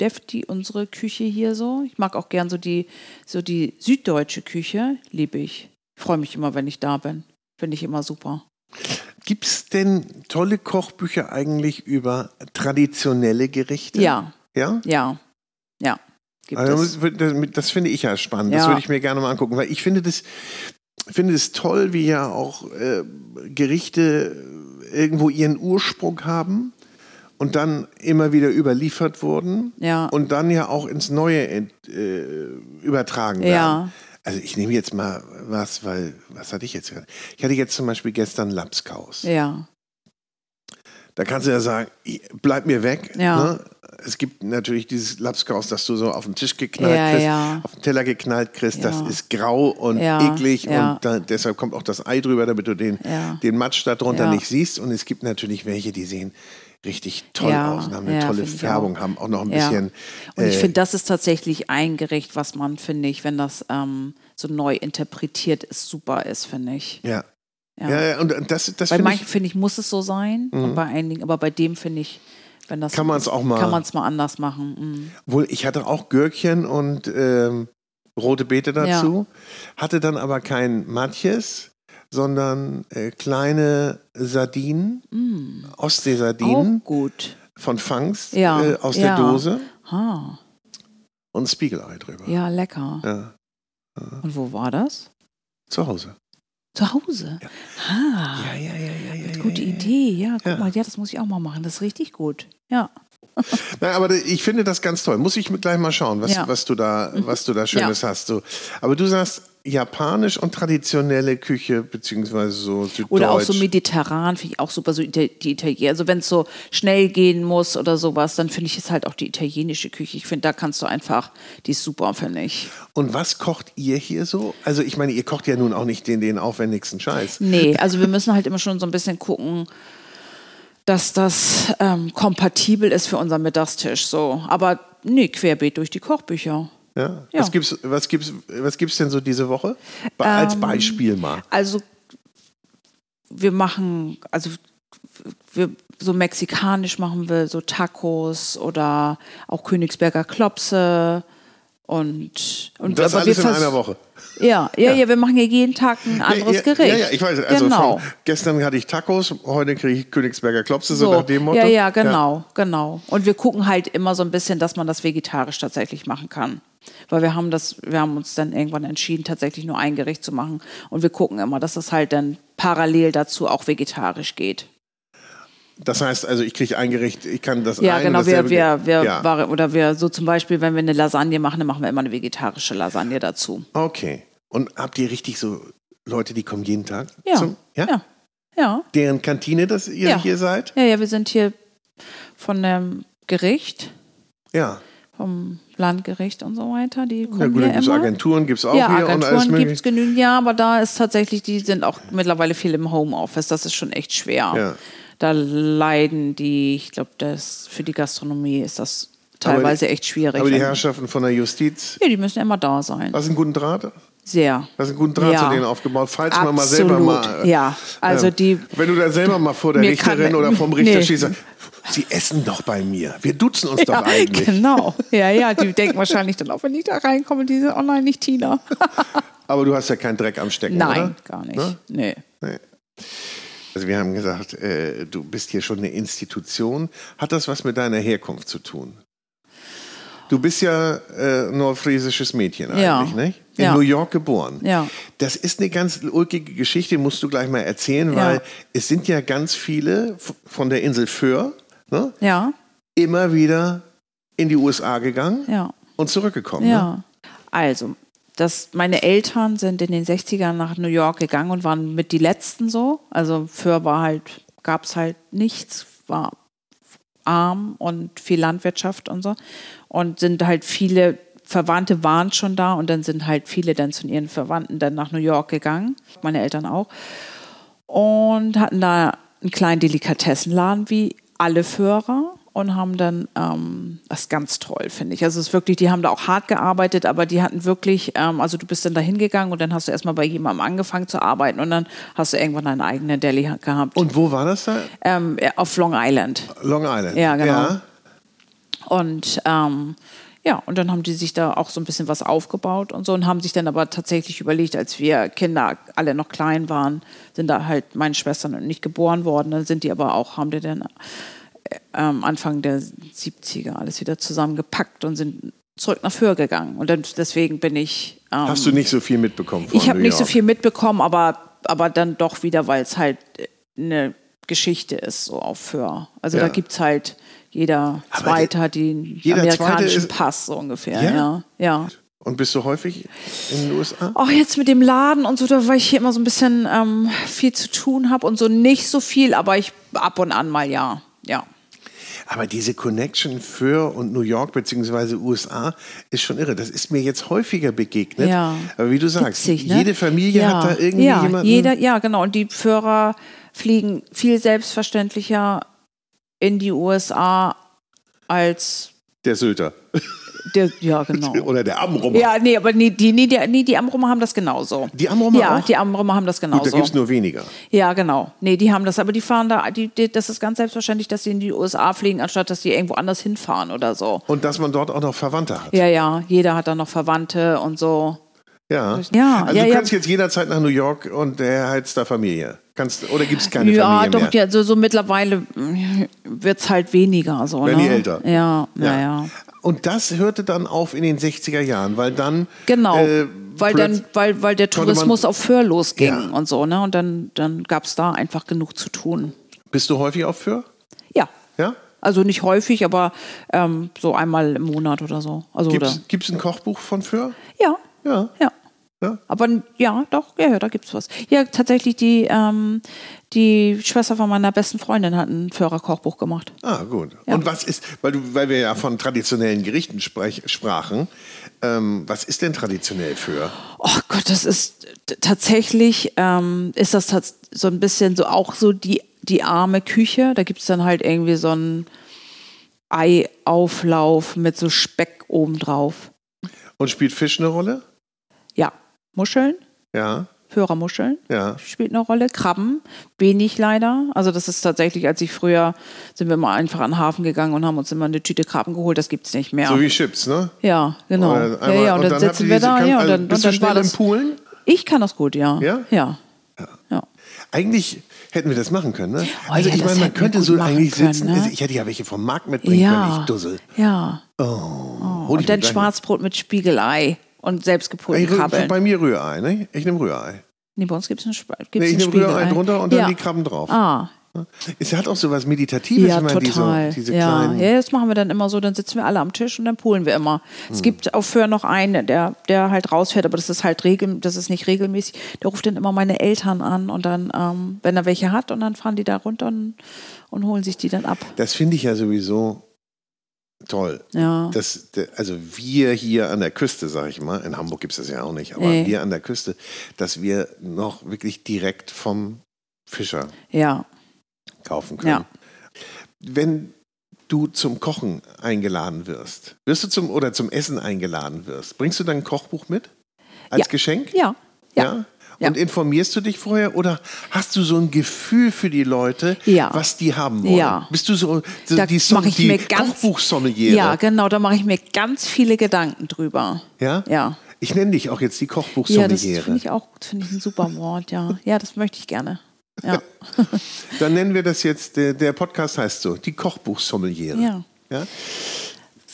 Speaker 2: def- die unsere Küche hier so. Ich mag auch gern so die, so die süddeutsche Küche, liebe ich. Ich freue mich immer, wenn ich da bin. Finde ich immer super.
Speaker 1: Gibt es denn tolle Kochbücher eigentlich über traditionelle Gerichte?
Speaker 2: Ja,
Speaker 1: Ja?
Speaker 2: ja, ja. Gibt es.
Speaker 1: Also, das, das finde ich ja spannend. Das
Speaker 2: Ja.
Speaker 1: würde ich mir gerne mal angucken, weil ich finde das, finde das toll, wie ja auch äh, Gerichte irgendwo ihren Ursprung haben und dann immer wieder überliefert wurden
Speaker 2: Ja.
Speaker 1: und dann ja auch ins Neue ent, äh, übertragen werden.
Speaker 2: Ja.
Speaker 1: Also ich nehme jetzt mal was, weil was hatte ich jetzt? gerade? Ich hatte jetzt zum Beispiel gestern Lapskaus.
Speaker 2: Ja,
Speaker 1: Da kannst du ja sagen, ich- bleib mir weg.
Speaker 2: Ja.
Speaker 1: Ne? Es gibt natürlich dieses Lapskaus, dass du so auf den Tisch geknallt
Speaker 2: Ja,
Speaker 1: kriegst,
Speaker 2: ja.
Speaker 1: auf den Teller geknallt kriegst. Das
Speaker 2: Ja.
Speaker 1: ist grau und
Speaker 2: Ja,
Speaker 1: eklig
Speaker 2: ja.
Speaker 1: und da, deshalb kommt auch das Ei drüber, damit du den,
Speaker 2: Ja.
Speaker 1: den Matsch darunter
Speaker 2: Ja.
Speaker 1: nicht siehst. Und es gibt natürlich welche, die sehen richtig toll
Speaker 2: Ja,
Speaker 1: aus und haben eine
Speaker 2: ja,
Speaker 1: tolle
Speaker 2: find ich
Speaker 1: Färbung, haben auch noch ein
Speaker 2: ja.
Speaker 1: bisschen.
Speaker 2: Und ich
Speaker 1: äh,
Speaker 2: finde, das ist tatsächlich ein Gericht, was man, finde ich, wenn das ähm, so neu interpretiert ist, super ist, finde ich.
Speaker 1: ja.
Speaker 2: Ja.
Speaker 1: Ja. ja, und das, das finde
Speaker 2: Bei
Speaker 1: ich- Mhm.
Speaker 2: manchen finde ich, muss es so sein, und bei einigen, aber bei dem finde ich, wenn das
Speaker 1: Kann man's auch mal-
Speaker 2: kann man es mal anders machen. Mhm.
Speaker 1: Wohl, ich hatte auch Gürkchen und ähm, rote Beete dazu, hatte dann aber kein Matjes, sondern äh, kleine Sardinen, Ostseesardinen
Speaker 2: Mhm. Auch Mm. gut.
Speaker 1: von Fangst
Speaker 2: Ja,
Speaker 1: äh, aus der
Speaker 2: ja.
Speaker 1: Dose
Speaker 2: Ha,
Speaker 1: und Spiegelei drüber.
Speaker 2: ja, lecker.
Speaker 1: Ja,
Speaker 2: Und wo war das?
Speaker 1: zu Hause.
Speaker 2: Zu Hause. Ha,
Speaker 1: Ja, ja, ja, ja, ja.
Speaker 2: gute Idee. Ja, guck
Speaker 1: Ja.
Speaker 2: mal, ja, das muss ich auch mal machen. Das ist richtig gut. Ja.
Speaker 1: Na, aber ich finde das ganz toll. Muss ich mir gleich mal schauen, was,
Speaker 2: Ja. Mhm.
Speaker 1: was, du, da, was du da Schönes hast. So. Aber du sagst japanisch und traditionelle Küche, beziehungsweise so süddeutsch.
Speaker 2: Oder auch so mediterran, finde ich auch super, so Ita die Italiener. Also wenn es so schnell gehen muss oder sowas, dann finde ich es halt auch die italienische Küche. Ich finde, da kannst du einfach, die ist super, finde ich.
Speaker 1: Und was kocht ihr hier so? Also ich meine, ihr kocht ja nun auch nicht den, den aufwendigsten Scheiß. ne?
Speaker 2: Nee, also wir müssen halt immer schon so ein bisschen gucken, dass das ähm, kompatibel ist für unseren Mittagstisch. So. Aber nee, querbeet durch die Kochbücher.
Speaker 1: Ja?
Speaker 2: Ja.
Speaker 1: Was, gibt's, was, gibt's, was gibt's denn so diese Woche? Be
Speaker 2: Ähm,
Speaker 1: als Beispiel mal.
Speaker 2: Also wir machen, also wir so mexikanisch machen wir so Tacos oder auch Königsberger Klopse und und
Speaker 1: Das
Speaker 2: aber
Speaker 1: alles in
Speaker 2: wir vers-
Speaker 1: einer Woche.
Speaker 2: Ja, ja, ja, wir machen ja jeden Tag ein anderes
Speaker 1: ja,
Speaker 2: Gericht.
Speaker 1: Ja, ja, ich weiß. Also
Speaker 2: genau.
Speaker 1: von, gestern hatte ich Tacos, heute kriege ich Königsberger Klopse, so,
Speaker 2: So,
Speaker 1: nach dem Motto.
Speaker 2: Ja, ja, genau, genau. Und wir gucken halt immer so ein bisschen, dass man das vegetarisch tatsächlich machen kann. Weil wir haben das, wir haben uns dann irgendwann entschieden, tatsächlich nur ein Gericht zu machen. Und wir gucken immer, dass das halt dann parallel dazu auch vegetarisch geht.
Speaker 1: Das heißt also, ich kriege ein Gericht, ich kann das
Speaker 2: Ja,
Speaker 1: ein
Speaker 2: genau,
Speaker 1: und
Speaker 2: wir,
Speaker 1: dasselbe
Speaker 2: wir, wir
Speaker 1: ja.
Speaker 2: vari- oder wir so zum Beispiel, wenn wir eine Lasagne machen, dann machen wir immer eine vegetarische Lasagne dazu.
Speaker 1: Okay. Und habt ihr richtig so Leute, die kommen jeden Tag?
Speaker 2: Ja.
Speaker 1: Zum, ja?
Speaker 2: Ja. Ja.
Speaker 1: Deren Kantine, dass ihr
Speaker 2: Ja.
Speaker 1: hier seid?
Speaker 2: Ja, ja, wir sind hier von dem Gericht,
Speaker 1: Ja.
Speaker 2: vom Landgericht und so weiter. Die kommen
Speaker 1: Ja, gut,
Speaker 2: hier
Speaker 1: dann gibt es
Speaker 2: immer.
Speaker 1: Agenturen, gibt es auch
Speaker 2: Ja,
Speaker 1: hier und alles
Speaker 2: Agenturen
Speaker 1: mögliche.
Speaker 2: gibt es genügend, ja, aber da ist tatsächlich, die sind auch mittlerweile viel im Homeoffice. Das ist schon echt schwer.
Speaker 1: Ja.
Speaker 2: Da leiden die, ich glaube, das für die Gastronomie ist das teilweise echt schwierig.
Speaker 1: Aber die
Speaker 2: wenn-
Speaker 1: Herrschaften von der Justiz,
Speaker 2: ja, die müssen immer da sein.
Speaker 1: hast du einen guten Draht?
Speaker 2: Sehr.
Speaker 1: Hast du einen guten Draht
Speaker 2: Ja.
Speaker 1: zu denen aufgebaut? Falls man mal
Speaker 2: Absolut.
Speaker 1: selber mal.
Speaker 2: Ja, also
Speaker 1: Ähm,
Speaker 2: die.
Speaker 1: Wenn du dann selber mal vor der
Speaker 2: Mir
Speaker 1: Richterin
Speaker 2: kann-
Speaker 1: oder vom Richter
Speaker 2: Nee.
Speaker 1: stehst, Sie essen doch bei mir. Wir duzen uns doch eigentlich.
Speaker 2: Genau. Ja, ja, die denken wahrscheinlich dann auch, wenn ich da reinkomme, die sind, oh nein, nicht Tina.
Speaker 1: Aber du hast ja keinen Dreck am Stecken,
Speaker 2: Nein,
Speaker 1: oder?
Speaker 2: gar
Speaker 1: Ne?
Speaker 2: nicht. Nee.
Speaker 1: Also wir haben gesagt, äh, du bist hier schon eine Institution. Hat das was mit deiner Herkunft zu tun? Du bist ja äh, nordfriesisches Mädchen
Speaker 2: Ja.
Speaker 1: eigentlich, nicht? In
Speaker 2: Ja.
Speaker 1: New York geboren.
Speaker 2: Ja.
Speaker 1: Das ist eine ganz ulkige Geschichte, musst du gleich mal erzählen,
Speaker 2: Ja.
Speaker 1: weil es sind ja ganz viele f- von der Insel Föhr ne,
Speaker 2: Ja,
Speaker 1: immer wieder in die USA gegangen
Speaker 2: ja.
Speaker 1: und zurückgekommen. Ne?
Speaker 2: Ja. Also, das, meine Eltern sind in den 60ern nach New York gegangen und waren mit die Letzten so. Also für war halt, gab es halt nichts, war arm und viel Landwirtschaft und so. Und sind halt viele Verwandte waren schon da und dann sind halt viele dann zu ihren Verwandten dann nach New York gegangen. Meine Eltern auch. und hatten da einen kleinen Delikatessenladen wie alle Führer und haben dann, ähm, das ist ganz toll, finde ich. Also es ist wirklich, die haben da auch hart gearbeitet, aber die hatten wirklich, ähm, also du bist dann da hingegangen und dann hast du erstmal bei jemandem angefangen zu arbeiten und dann hast du irgendwann einen eigenen Deli gehabt.
Speaker 1: Und wo war das da?
Speaker 2: ähm, auf Long Island.
Speaker 1: Long Island.
Speaker 2: Ja, genau.
Speaker 1: Ja.
Speaker 2: Und ähm, ja, und dann haben die sich da auch so ein bisschen was aufgebaut und so und haben sich dann aber tatsächlich überlegt, als wir Kinder alle noch klein waren, sind da halt meine Schwestern und nicht geboren worden, dann sind die aber auch, haben die dann äh, ähm, Anfang der 70er alles wieder zusammengepackt und sind zurück nach Föhr gegangen. Und dann, deswegen bin ich. Ähm,
Speaker 1: Hast du nicht so viel mitbekommen von
Speaker 2: ich habe
Speaker 1: New
Speaker 2: nicht so
Speaker 1: York?
Speaker 2: viel mitbekommen, aber, aber dann doch wieder, weil es halt äh, eine Geschichte ist, so auf Föhr. Also
Speaker 1: Ja.
Speaker 2: da gibt es halt, jeder
Speaker 1: Aber
Speaker 2: Zweite hat den
Speaker 1: jeder Zweite
Speaker 2: amerikanischen
Speaker 1: ist-
Speaker 2: Pass, so ungefähr.
Speaker 1: Ja?
Speaker 2: Ja? Ja,
Speaker 1: Und bist du häufig in den USA?
Speaker 2: Auch jetzt mit dem Laden und so, da war ich hier immer so ein bisschen ähm, viel zu tun habe und so nicht so viel, aber ich ab und an mal ja. Ja.
Speaker 1: Aber diese Connection für und New York bzw. USA ist schon irre. Das ist mir jetzt häufiger begegnet.
Speaker 2: Ja.
Speaker 1: Aber wie du sagst,
Speaker 2: Witzig, ne?
Speaker 1: jede Familie
Speaker 2: ja.
Speaker 1: hat da irgendwie
Speaker 2: ja,
Speaker 1: jemanden.
Speaker 2: Jeder, ja, genau. Und die Führer fliegen viel selbstverständlicher in die USA als
Speaker 1: der Sylter
Speaker 2: Der, ja, genau.
Speaker 1: oder der Amrum.
Speaker 2: Ja, nee, aber nee, die, nee, die, nee, die Amrumer haben das genauso.
Speaker 1: Die Amrumer
Speaker 2: Ja,
Speaker 1: auch?
Speaker 2: die also. Amrumer haben das
Speaker 1: Gut, da
Speaker 2: genauso.
Speaker 1: gibt es nur weniger.
Speaker 2: ja, genau. Nee, die haben das, aber die fahren da, die, die, das ist ganz selbstverständlich, dass sie in die USA fliegen, anstatt dass die irgendwo anders hinfahren oder so.
Speaker 1: Und dass man dort auch noch Verwandte hat.
Speaker 2: Ja, ja, jeder hat da noch Verwandte und so.
Speaker 1: Ja.
Speaker 2: Ja,
Speaker 1: also
Speaker 2: ja,
Speaker 1: du
Speaker 2: ja.
Speaker 1: kannst jetzt jederzeit nach New York und der heizt da Familie. Kannst, oder gibt es keine
Speaker 2: ja,
Speaker 1: Familie
Speaker 2: doch,
Speaker 1: mehr?
Speaker 2: ja, so, so mittlerweile wird es halt weniger so.
Speaker 1: Werden
Speaker 2: ne?
Speaker 1: die älter.
Speaker 2: Ja, naja. Ja.
Speaker 1: Und das hörte dann auf in den 60er Jahren, weil dann.
Speaker 2: Genau,
Speaker 1: äh,
Speaker 2: weil, dann,
Speaker 1: plötz-
Speaker 2: weil, weil der
Speaker 1: konnte man-
Speaker 2: Tourismus auf Föhr losging
Speaker 1: Ja.
Speaker 2: und so, ne? Und dann, dann gab es da einfach genug zu tun.
Speaker 1: Bist du häufig auf für?
Speaker 2: Ja.
Speaker 1: Ja?
Speaker 2: Also nicht häufig, aber ähm, so einmal im Monat oder so. Also oder,
Speaker 1: Gibt es ein Kochbuch von für?
Speaker 2: ja,
Speaker 1: Ja.
Speaker 2: ja.
Speaker 1: Ja.
Speaker 2: Aber n- ja, doch, ja, ja, da gibt's was. Ja, tatsächlich, die, ähm, die Schwester von meiner besten Freundin hat ein Führerkochbuch gemacht.
Speaker 1: Ah, gut. Und was ist, weil, du, weil wir ja von traditionellen Gerichten sprech, sprachen, ähm, was ist denn traditionell für?
Speaker 2: Oh Gott, das ist t- tatsächlich, ähm, ist das tats- so ein bisschen so auch so die, die arme Küche. Da gibt es dann halt irgendwie so einen Eiauflauf mit so Speck obendrauf.
Speaker 1: Und spielt Fisch eine Rolle?
Speaker 2: Ja, Muscheln,
Speaker 1: Ja,
Speaker 2: Hörermuscheln.
Speaker 1: ja.
Speaker 2: spielt eine Rolle. Krabben, wenig leider. Also das ist tatsächlich, als ich früher, sind wir mal einfach an den Hafen gegangen und haben uns immer eine Tüte Krabben geholt. Das gibt es nicht mehr.
Speaker 1: So wie Chips, ne?
Speaker 2: ja, genau.
Speaker 1: Oder
Speaker 2: ja, ja, und dann,
Speaker 1: habt ihr
Speaker 2: sitzen wir
Speaker 1: diese-
Speaker 2: da.
Speaker 1: kann-
Speaker 2: ja, und
Speaker 1: also
Speaker 2: dann,
Speaker 1: bist
Speaker 2: und dann
Speaker 1: du schnell
Speaker 2: war
Speaker 1: im
Speaker 2: das,
Speaker 1: Poolen?
Speaker 2: ich kann das gut, ja.
Speaker 1: Ja?
Speaker 2: Ja. ja.
Speaker 1: Eigentlich hätten wir das machen können, ne?
Speaker 2: Oh
Speaker 1: also
Speaker 2: ja,
Speaker 1: ich
Speaker 2: das
Speaker 1: meine, man
Speaker 2: hätten wir
Speaker 1: könnte
Speaker 2: gut
Speaker 1: so
Speaker 2: machen
Speaker 1: eigentlich
Speaker 2: können,
Speaker 1: sitzen.
Speaker 2: ne?
Speaker 1: Also ich hätte ja welche vom Markt mitbringen können, ich Dussel.
Speaker 2: Ja.
Speaker 1: Hol ich
Speaker 2: Oh, Und
Speaker 1: mir
Speaker 2: dann
Speaker 1: gleich
Speaker 2: Schwarzbrot mit Spiegelei und
Speaker 1: mal.
Speaker 2: selbstgepullten
Speaker 1: Ich-
Speaker 2: Krabbeln.
Speaker 1: Bei mir Rührei, ne? Ich nehme Rührei.
Speaker 2: Nee, bei uns gibt es einen, Sp
Speaker 1: Nee,
Speaker 2: gibt's
Speaker 1: ich
Speaker 2: einen
Speaker 1: nehme
Speaker 2: Spiegelei.
Speaker 1: Rührei drunter und dann
Speaker 2: ja.
Speaker 1: die Krabben drauf.
Speaker 2: Ah,
Speaker 1: Es hat auch so was Meditatives,
Speaker 2: Ja,
Speaker 1: wenn man
Speaker 2: total.
Speaker 1: diese, diese
Speaker 2: ja.
Speaker 1: kleinen.
Speaker 2: ja, das machen wir dann immer so. Dann sitzen wir alle am Tisch und dann poolen wir immer.
Speaker 1: Hm.
Speaker 2: Es gibt auf Föhr noch einen, der, der halt rausfährt, aber das ist halt regel, das ist nicht regelmäßig. Der ruft dann immer meine Eltern an und dann, ähm, wenn er welche hat, und dann fahren die da runter und, und holen sich die dann ab.
Speaker 1: Das finde ich ja sowieso toll.
Speaker 2: Ja.
Speaker 1: Das, de- also wir hier an der Küste, sage ich mal, in Hamburg gibt es das ja auch nicht, aber
Speaker 2: Nee.
Speaker 1: wir an der Küste, dass wir noch wirklich direkt vom Fischer
Speaker 2: Ja.
Speaker 1: kaufen können.
Speaker 2: Ja.
Speaker 1: Wenn du zum Kochen eingeladen wirst, wirst du zum oder zum Essen eingeladen wirst, bringst du dann ein Kochbuch mit als
Speaker 2: Ja.
Speaker 1: Geschenk?
Speaker 2: Ja. Ja. Ja.
Speaker 1: Und informierst du dich vorher oder hast du so ein Gefühl für die Leute,
Speaker 2: Ja.
Speaker 1: was die haben wollen?
Speaker 2: Ja.
Speaker 1: Bist du so, so
Speaker 2: Da
Speaker 1: die, Som
Speaker 2: mache ich
Speaker 1: die
Speaker 2: mir ganz
Speaker 1: Kochbuchsommeliere?
Speaker 2: Ja, genau, da mache ich mir ganz viele Gedanken drüber.
Speaker 1: Ja?
Speaker 2: Ja.
Speaker 1: Ich nenne dich auch jetzt die
Speaker 2: Ja, das finde
Speaker 1: Kochbuchsommeliere.
Speaker 2: ich auch gut, finde ich ein super Wort, ja. Ja, das möchte ich gerne. Ja.
Speaker 1: Dann nennen wir das jetzt, der, der Podcast heißt so, die Kochbuchsommeliere.
Speaker 2: Ja.
Speaker 1: ja?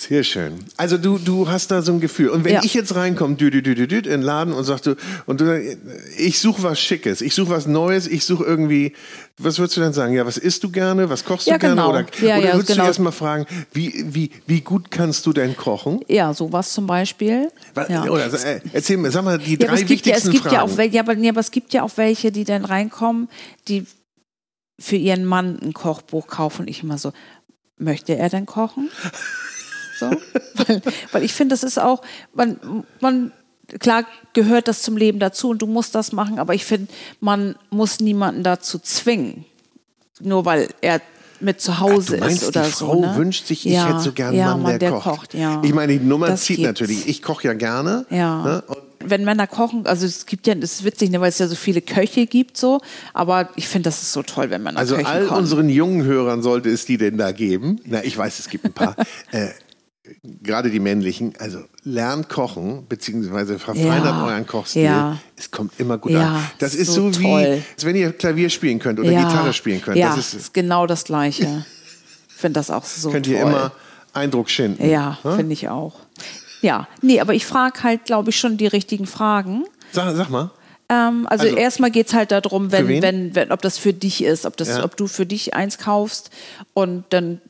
Speaker 1: Sehr schön. Also du, du hast da so ein Gefühl. Und wenn
Speaker 2: Ja.
Speaker 1: ich jetzt reinkomme, dü, dü, dü, dü, dü, in den Laden und sagst du, und du sagst, ich suche was Schickes, ich suche was Neues, ich suche irgendwie, was würdest du dann sagen? Ja, was isst du gerne, was kochst
Speaker 2: Ja,
Speaker 1: du gerne?
Speaker 2: genau.
Speaker 1: Oder,
Speaker 2: Ja,
Speaker 1: oder
Speaker 2: ja,
Speaker 1: würdest
Speaker 2: genau.
Speaker 1: du erstmal fragen, wie, wie, wie gut kannst du denn kochen?
Speaker 2: Ja, sowas zum Beispiel.
Speaker 1: Was-
Speaker 2: ja.
Speaker 1: Oder äh, erzähl mir, sag mal die
Speaker 2: Ja, aber
Speaker 1: drei
Speaker 2: es gibt, ja, es
Speaker 1: wichtigsten
Speaker 2: gibt
Speaker 1: Fragen.
Speaker 2: ja auch welche, ja, aber, ja, aber es gibt ja auch welche, die dann reinkommen, die für ihren Mann ein Kochbuch kaufen. Und ich immer so, möchte er denn kochen? So? weil, weil ich finde, das ist auch, man, man, klar gehört das zum Leben dazu und du musst das machen, aber ich finde, man muss niemanden dazu zwingen, nur weil er mit zu Hause
Speaker 1: Du meinst,
Speaker 2: ist oder
Speaker 1: die Frau
Speaker 2: so. Ne?
Speaker 1: wünscht sich, ich
Speaker 2: Ja,
Speaker 1: hätte so gern einen
Speaker 2: ja,
Speaker 1: Mann, der, kocht.
Speaker 2: ja.
Speaker 1: Ich meine, die Nummer
Speaker 2: Das
Speaker 1: zieht
Speaker 2: gibt's.
Speaker 1: natürlich. Ich koche ja gerne.
Speaker 2: Ja.
Speaker 1: Ne? Und
Speaker 2: Wenn Männer kochen, also es gibt ja, das ist witzig, ne, weil es ja so viele Köche gibt, so, aber ich finde, das ist so toll, wenn Männer
Speaker 1: also
Speaker 2: Köche
Speaker 1: all
Speaker 2: kochen.
Speaker 1: unseren jungen Hörern sollte es die denn da geben. Na, ich weiß, es gibt ein paar. äh, Gerade die männlichen, also lernt kochen, beziehungsweise verfeinert
Speaker 2: Ja.
Speaker 1: euren Kochstil.
Speaker 2: Ja.
Speaker 1: Es kommt immer gut
Speaker 2: Ja,
Speaker 1: an. Das ist so,
Speaker 2: so
Speaker 1: wie,
Speaker 2: toll.
Speaker 1: als wenn ihr Klavier spielen könnt oder Gitarre spielen könnt.
Speaker 2: Ja,
Speaker 1: das ist,
Speaker 2: ist genau das Gleiche. Ich finde das auch so
Speaker 1: könnt
Speaker 2: toll.
Speaker 1: ihr immer Hm? Eindruck schinden.
Speaker 2: ja, finde ich auch. Ja, nee, aber ich frage halt, glaube ich, schon die richtigen Fragen.
Speaker 1: Sag, sag mal.
Speaker 2: Ähm, also,
Speaker 1: Also-
Speaker 2: erstmal geht es halt darum, wenn,
Speaker 1: wen?
Speaker 2: wenn, wenn, ob das für dich ist, ob, das,
Speaker 1: Ja.
Speaker 2: ob du für dich eins kaufst und dann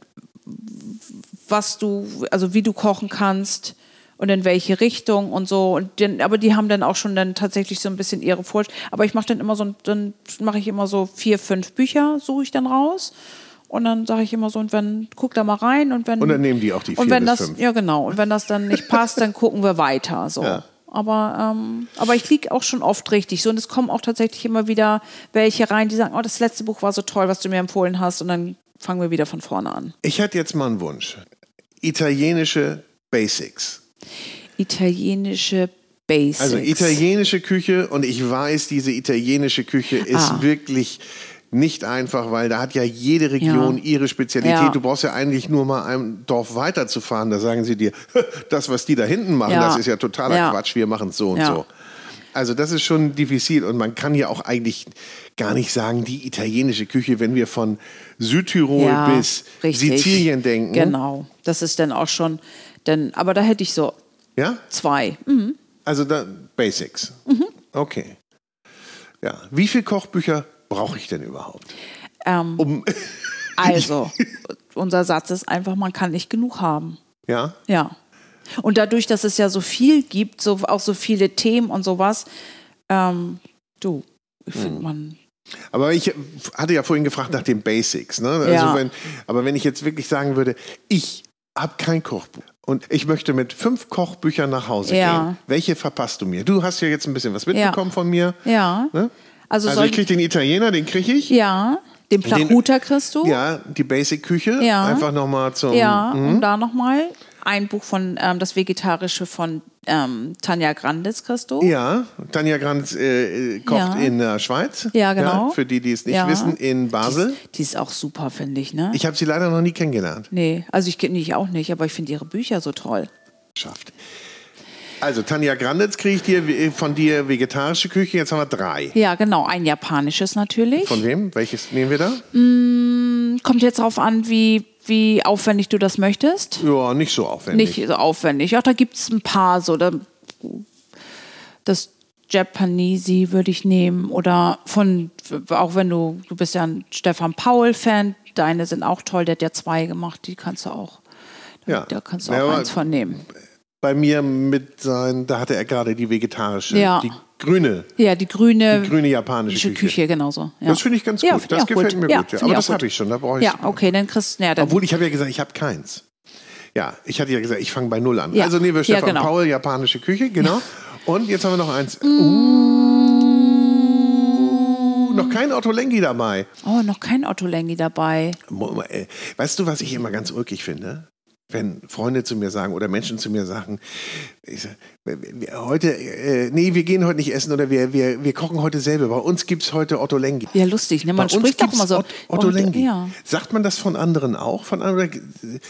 Speaker 2: was du, also wie du kochen kannst und in welche Richtung und so. Und den, aber die haben dann auch schon dann tatsächlich so ein bisschen ihre Vorstellung. Aber ich mache dann immer so, ein- dann mache ich immer so vier, fünf Bücher, suche ich dann raus. Und dann sage ich immer so, und wenn, guck da mal rein und wenn.
Speaker 1: Und dann nehmen die auch die
Speaker 2: und
Speaker 1: vier
Speaker 2: wenn
Speaker 1: bis
Speaker 2: das,
Speaker 1: fünf.
Speaker 2: Ja, genau. Und wenn das dann nicht passt, dann gucken wir weiter. So.
Speaker 1: Ja.
Speaker 2: Aber, ähm, aber ich liege auch schon oft richtig. So, und es kommen auch tatsächlich immer wieder welche rein, die sagen, oh, das letzte Buch war so toll, was du mir empfohlen hast. Und dann fangen wir wieder von vorne an.
Speaker 1: Ich hätte jetzt mal einen Wunsch. Italienische Basics.
Speaker 2: Italienische Basics.
Speaker 1: Also italienische Küche und ich weiß, diese italienische Küche ist
Speaker 2: Ah.
Speaker 1: wirklich nicht einfach, weil da hat ja jede Region
Speaker 2: Ja.
Speaker 1: ihre Spezialität.
Speaker 2: Ja.
Speaker 1: Du brauchst ja eigentlich nur mal ein Dorf weiterzufahren, da sagen sie dir, das, was die da hinten machen,
Speaker 2: Ja.
Speaker 1: das ist ja totaler
Speaker 2: Ja.
Speaker 1: Quatsch, wir machen es so und
Speaker 2: Ja.
Speaker 1: so. Also das ist schon diffizil und man kann ja auch eigentlich gar nicht sagen, die italienische Küche, wenn wir von Südtirol
Speaker 2: Ja,
Speaker 1: bis
Speaker 2: richtig.
Speaker 1: Sizilien denken.
Speaker 2: Genau. Das ist dann auch schon, denn, aber da hätte ich so
Speaker 1: Ja?
Speaker 2: zwei. Mhm.
Speaker 1: Also da Basics. Okay. Ja. Wie viele Kochbücher brauche ich denn überhaupt?
Speaker 2: Ähm,
Speaker 1: Um,
Speaker 2: also, unser Satz ist einfach, man kann nicht genug haben.
Speaker 1: ja.
Speaker 2: Ja. Und dadurch, dass es ja so viel gibt, so, auch so viele Themen und sowas, ähm, du, ich
Speaker 1: Mhm.
Speaker 2: finde man.
Speaker 1: Aber ich hatte ja vorhin gefragt nach den Basics. Ne? Also
Speaker 2: Ja.
Speaker 1: wenn, aber wenn ich jetzt wirklich sagen würde, ich habe kein Kochbuch und ich möchte mit fünf Kochbüchern nach Hause
Speaker 2: Ja.
Speaker 1: gehen, welche verpasst du mir? Du hast ja jetzt ein bisschen was mitbekommen von mir.
Speaker 2: Ja.
Speaker 1: Ne?
Speaker 2: Also,
Speaker 1: Also
Speaker 2: soll
Speaker 1: ich kriege den Italiener, den kriege ich.
Speaker 2: ja, den Plachuta kriegst du.
Speaker 1: Ja, Mhm. die Basic-Küche.
Speaker 2: Ja.
Speaker 1: Einfach nochmal zum...
Speaker 2: Ja, und da nochmal ein Buch von ähm, das Vegetarische von ähm, Tanja Grandes kriegst du.
Speaker 1: Ja, Tanja Granz äh, äh, kocht
Speaker 2: Ja.
Speaker 1: in der Schweiz.
Speaker 2: Ja, genau.
Speaker 1: für die, die es nicht
Speaker 2: Ja.
Speaker 1: wissen, in
Speaker 2: Die
Speaker 1: Basel.
Speaker 2: ist, die ist auch super, finde ich, ne?
Speaker 1: Ich habe sie leider noch nie kennengelernt.
Speaker 2: nee, also ich kenne ich auch nicht, aber ich finde ihre Bücher so toll.
Speaker 1: Schafft. Also, Tanja Granditz kriege ich dir, äh, von dir vegetarische Küche. Jetzt haben wir drei.
Speaker 2: Ja, genau, ein japanisches natürlich.
Speaker 1: Von wem? Welches nehmen wir da?
Speaker 2: Kommt jetzt darauf an, wie, wie aufwendig du das möchtest.
Speaker 1: Ja, nicht so aufwendig.
Speaker 2: Nicht so aufwendig. Ja, da gibt es ein paar so. Da, das Japanese würde ich nehmen oder von, auch wenn du, du bist ja ein Stefan Paul-Fan, deine sind auch toll, der hat ja zwei gemacht, die kannst du auch,
Speaker 1: Ja.
Speaker 2: da kannst du
Speaker 1: Ja,
Speaker 2: auch
Speaker 1: aber
Speaker 2: eins von nehmen.
Speaker 1: Bei mir mit sein, da hatte er gerade die vegetarische,
Speaker 2: Ja.
Speaker 1: die grüne,
Speaker 2: Ja, die grüne,
Speaker 1: grüne japanische
Speaker 2: Küche,
Speaker 1: Küche.
Speaker 2: genauso. Ja.
Speaker 1: Das finde ich ganz gut.
Speaker 2: Ja, finde
Speaker 1: das
Speaker 2: ich auch
Speaker 1: gefällt mir gut. Ja,
Speaker 2: finde
Speaker 1: aber
Speaker 2: ich
Speaker 1: das
Speaker 2: auch
Speaker 1: habe
Speaker 2: gut.
Speaker 1: ich schon. Da brauche ich
Speaker 2: Ja, okay, dann kriegst du, ja, dann
Speaker 1: Obwohl, ich habe ja gesagt, ich habe keins. Ja, ich hatte ja gesagt, ich fange bei Null an.
Speaker 2: Ja.
Speaker 1: Also nehmen wir
Speaker 2: Ja,
Speaker 1: Stefan
Speaker 2: genau.
Speaker 1: Paul, japanische Küche, genau. Und jetzt haben wir noch eins.
Speaker 2: Mhm.
Speaker 1: Uh, noch kein Otto Lengi dabei.
Speaker 2: Oh, noch kein Otto Lengi dabei.
Speaker 1: Mo- äh, Weißt du, was ich immer ganz ulkig finde? wenn Freunde zu mir sagen oder Menschen zu mir sagen, ich sag, wir- heute, äh, nee, wir gehen heute nicht essen oder wir, wir, wir kochen heute selber. Bei uns gibt es heute Otto Lengi.
Speaker 2: Ja, lustig, ne?
Speaker 1: Bei
Speaker 2: Man
Speaker 1: uns
Speaker 2: spricht doch
Speaker 1: gibt's
Speaker 2: immer so.
Speaker 1: Ot- Otto
Speaker 2: und,
Speaker 1: Lengi.
Speaker 2: Ja.
Speaker 1: Sagt man das von anderen auch? Von anderen, sagt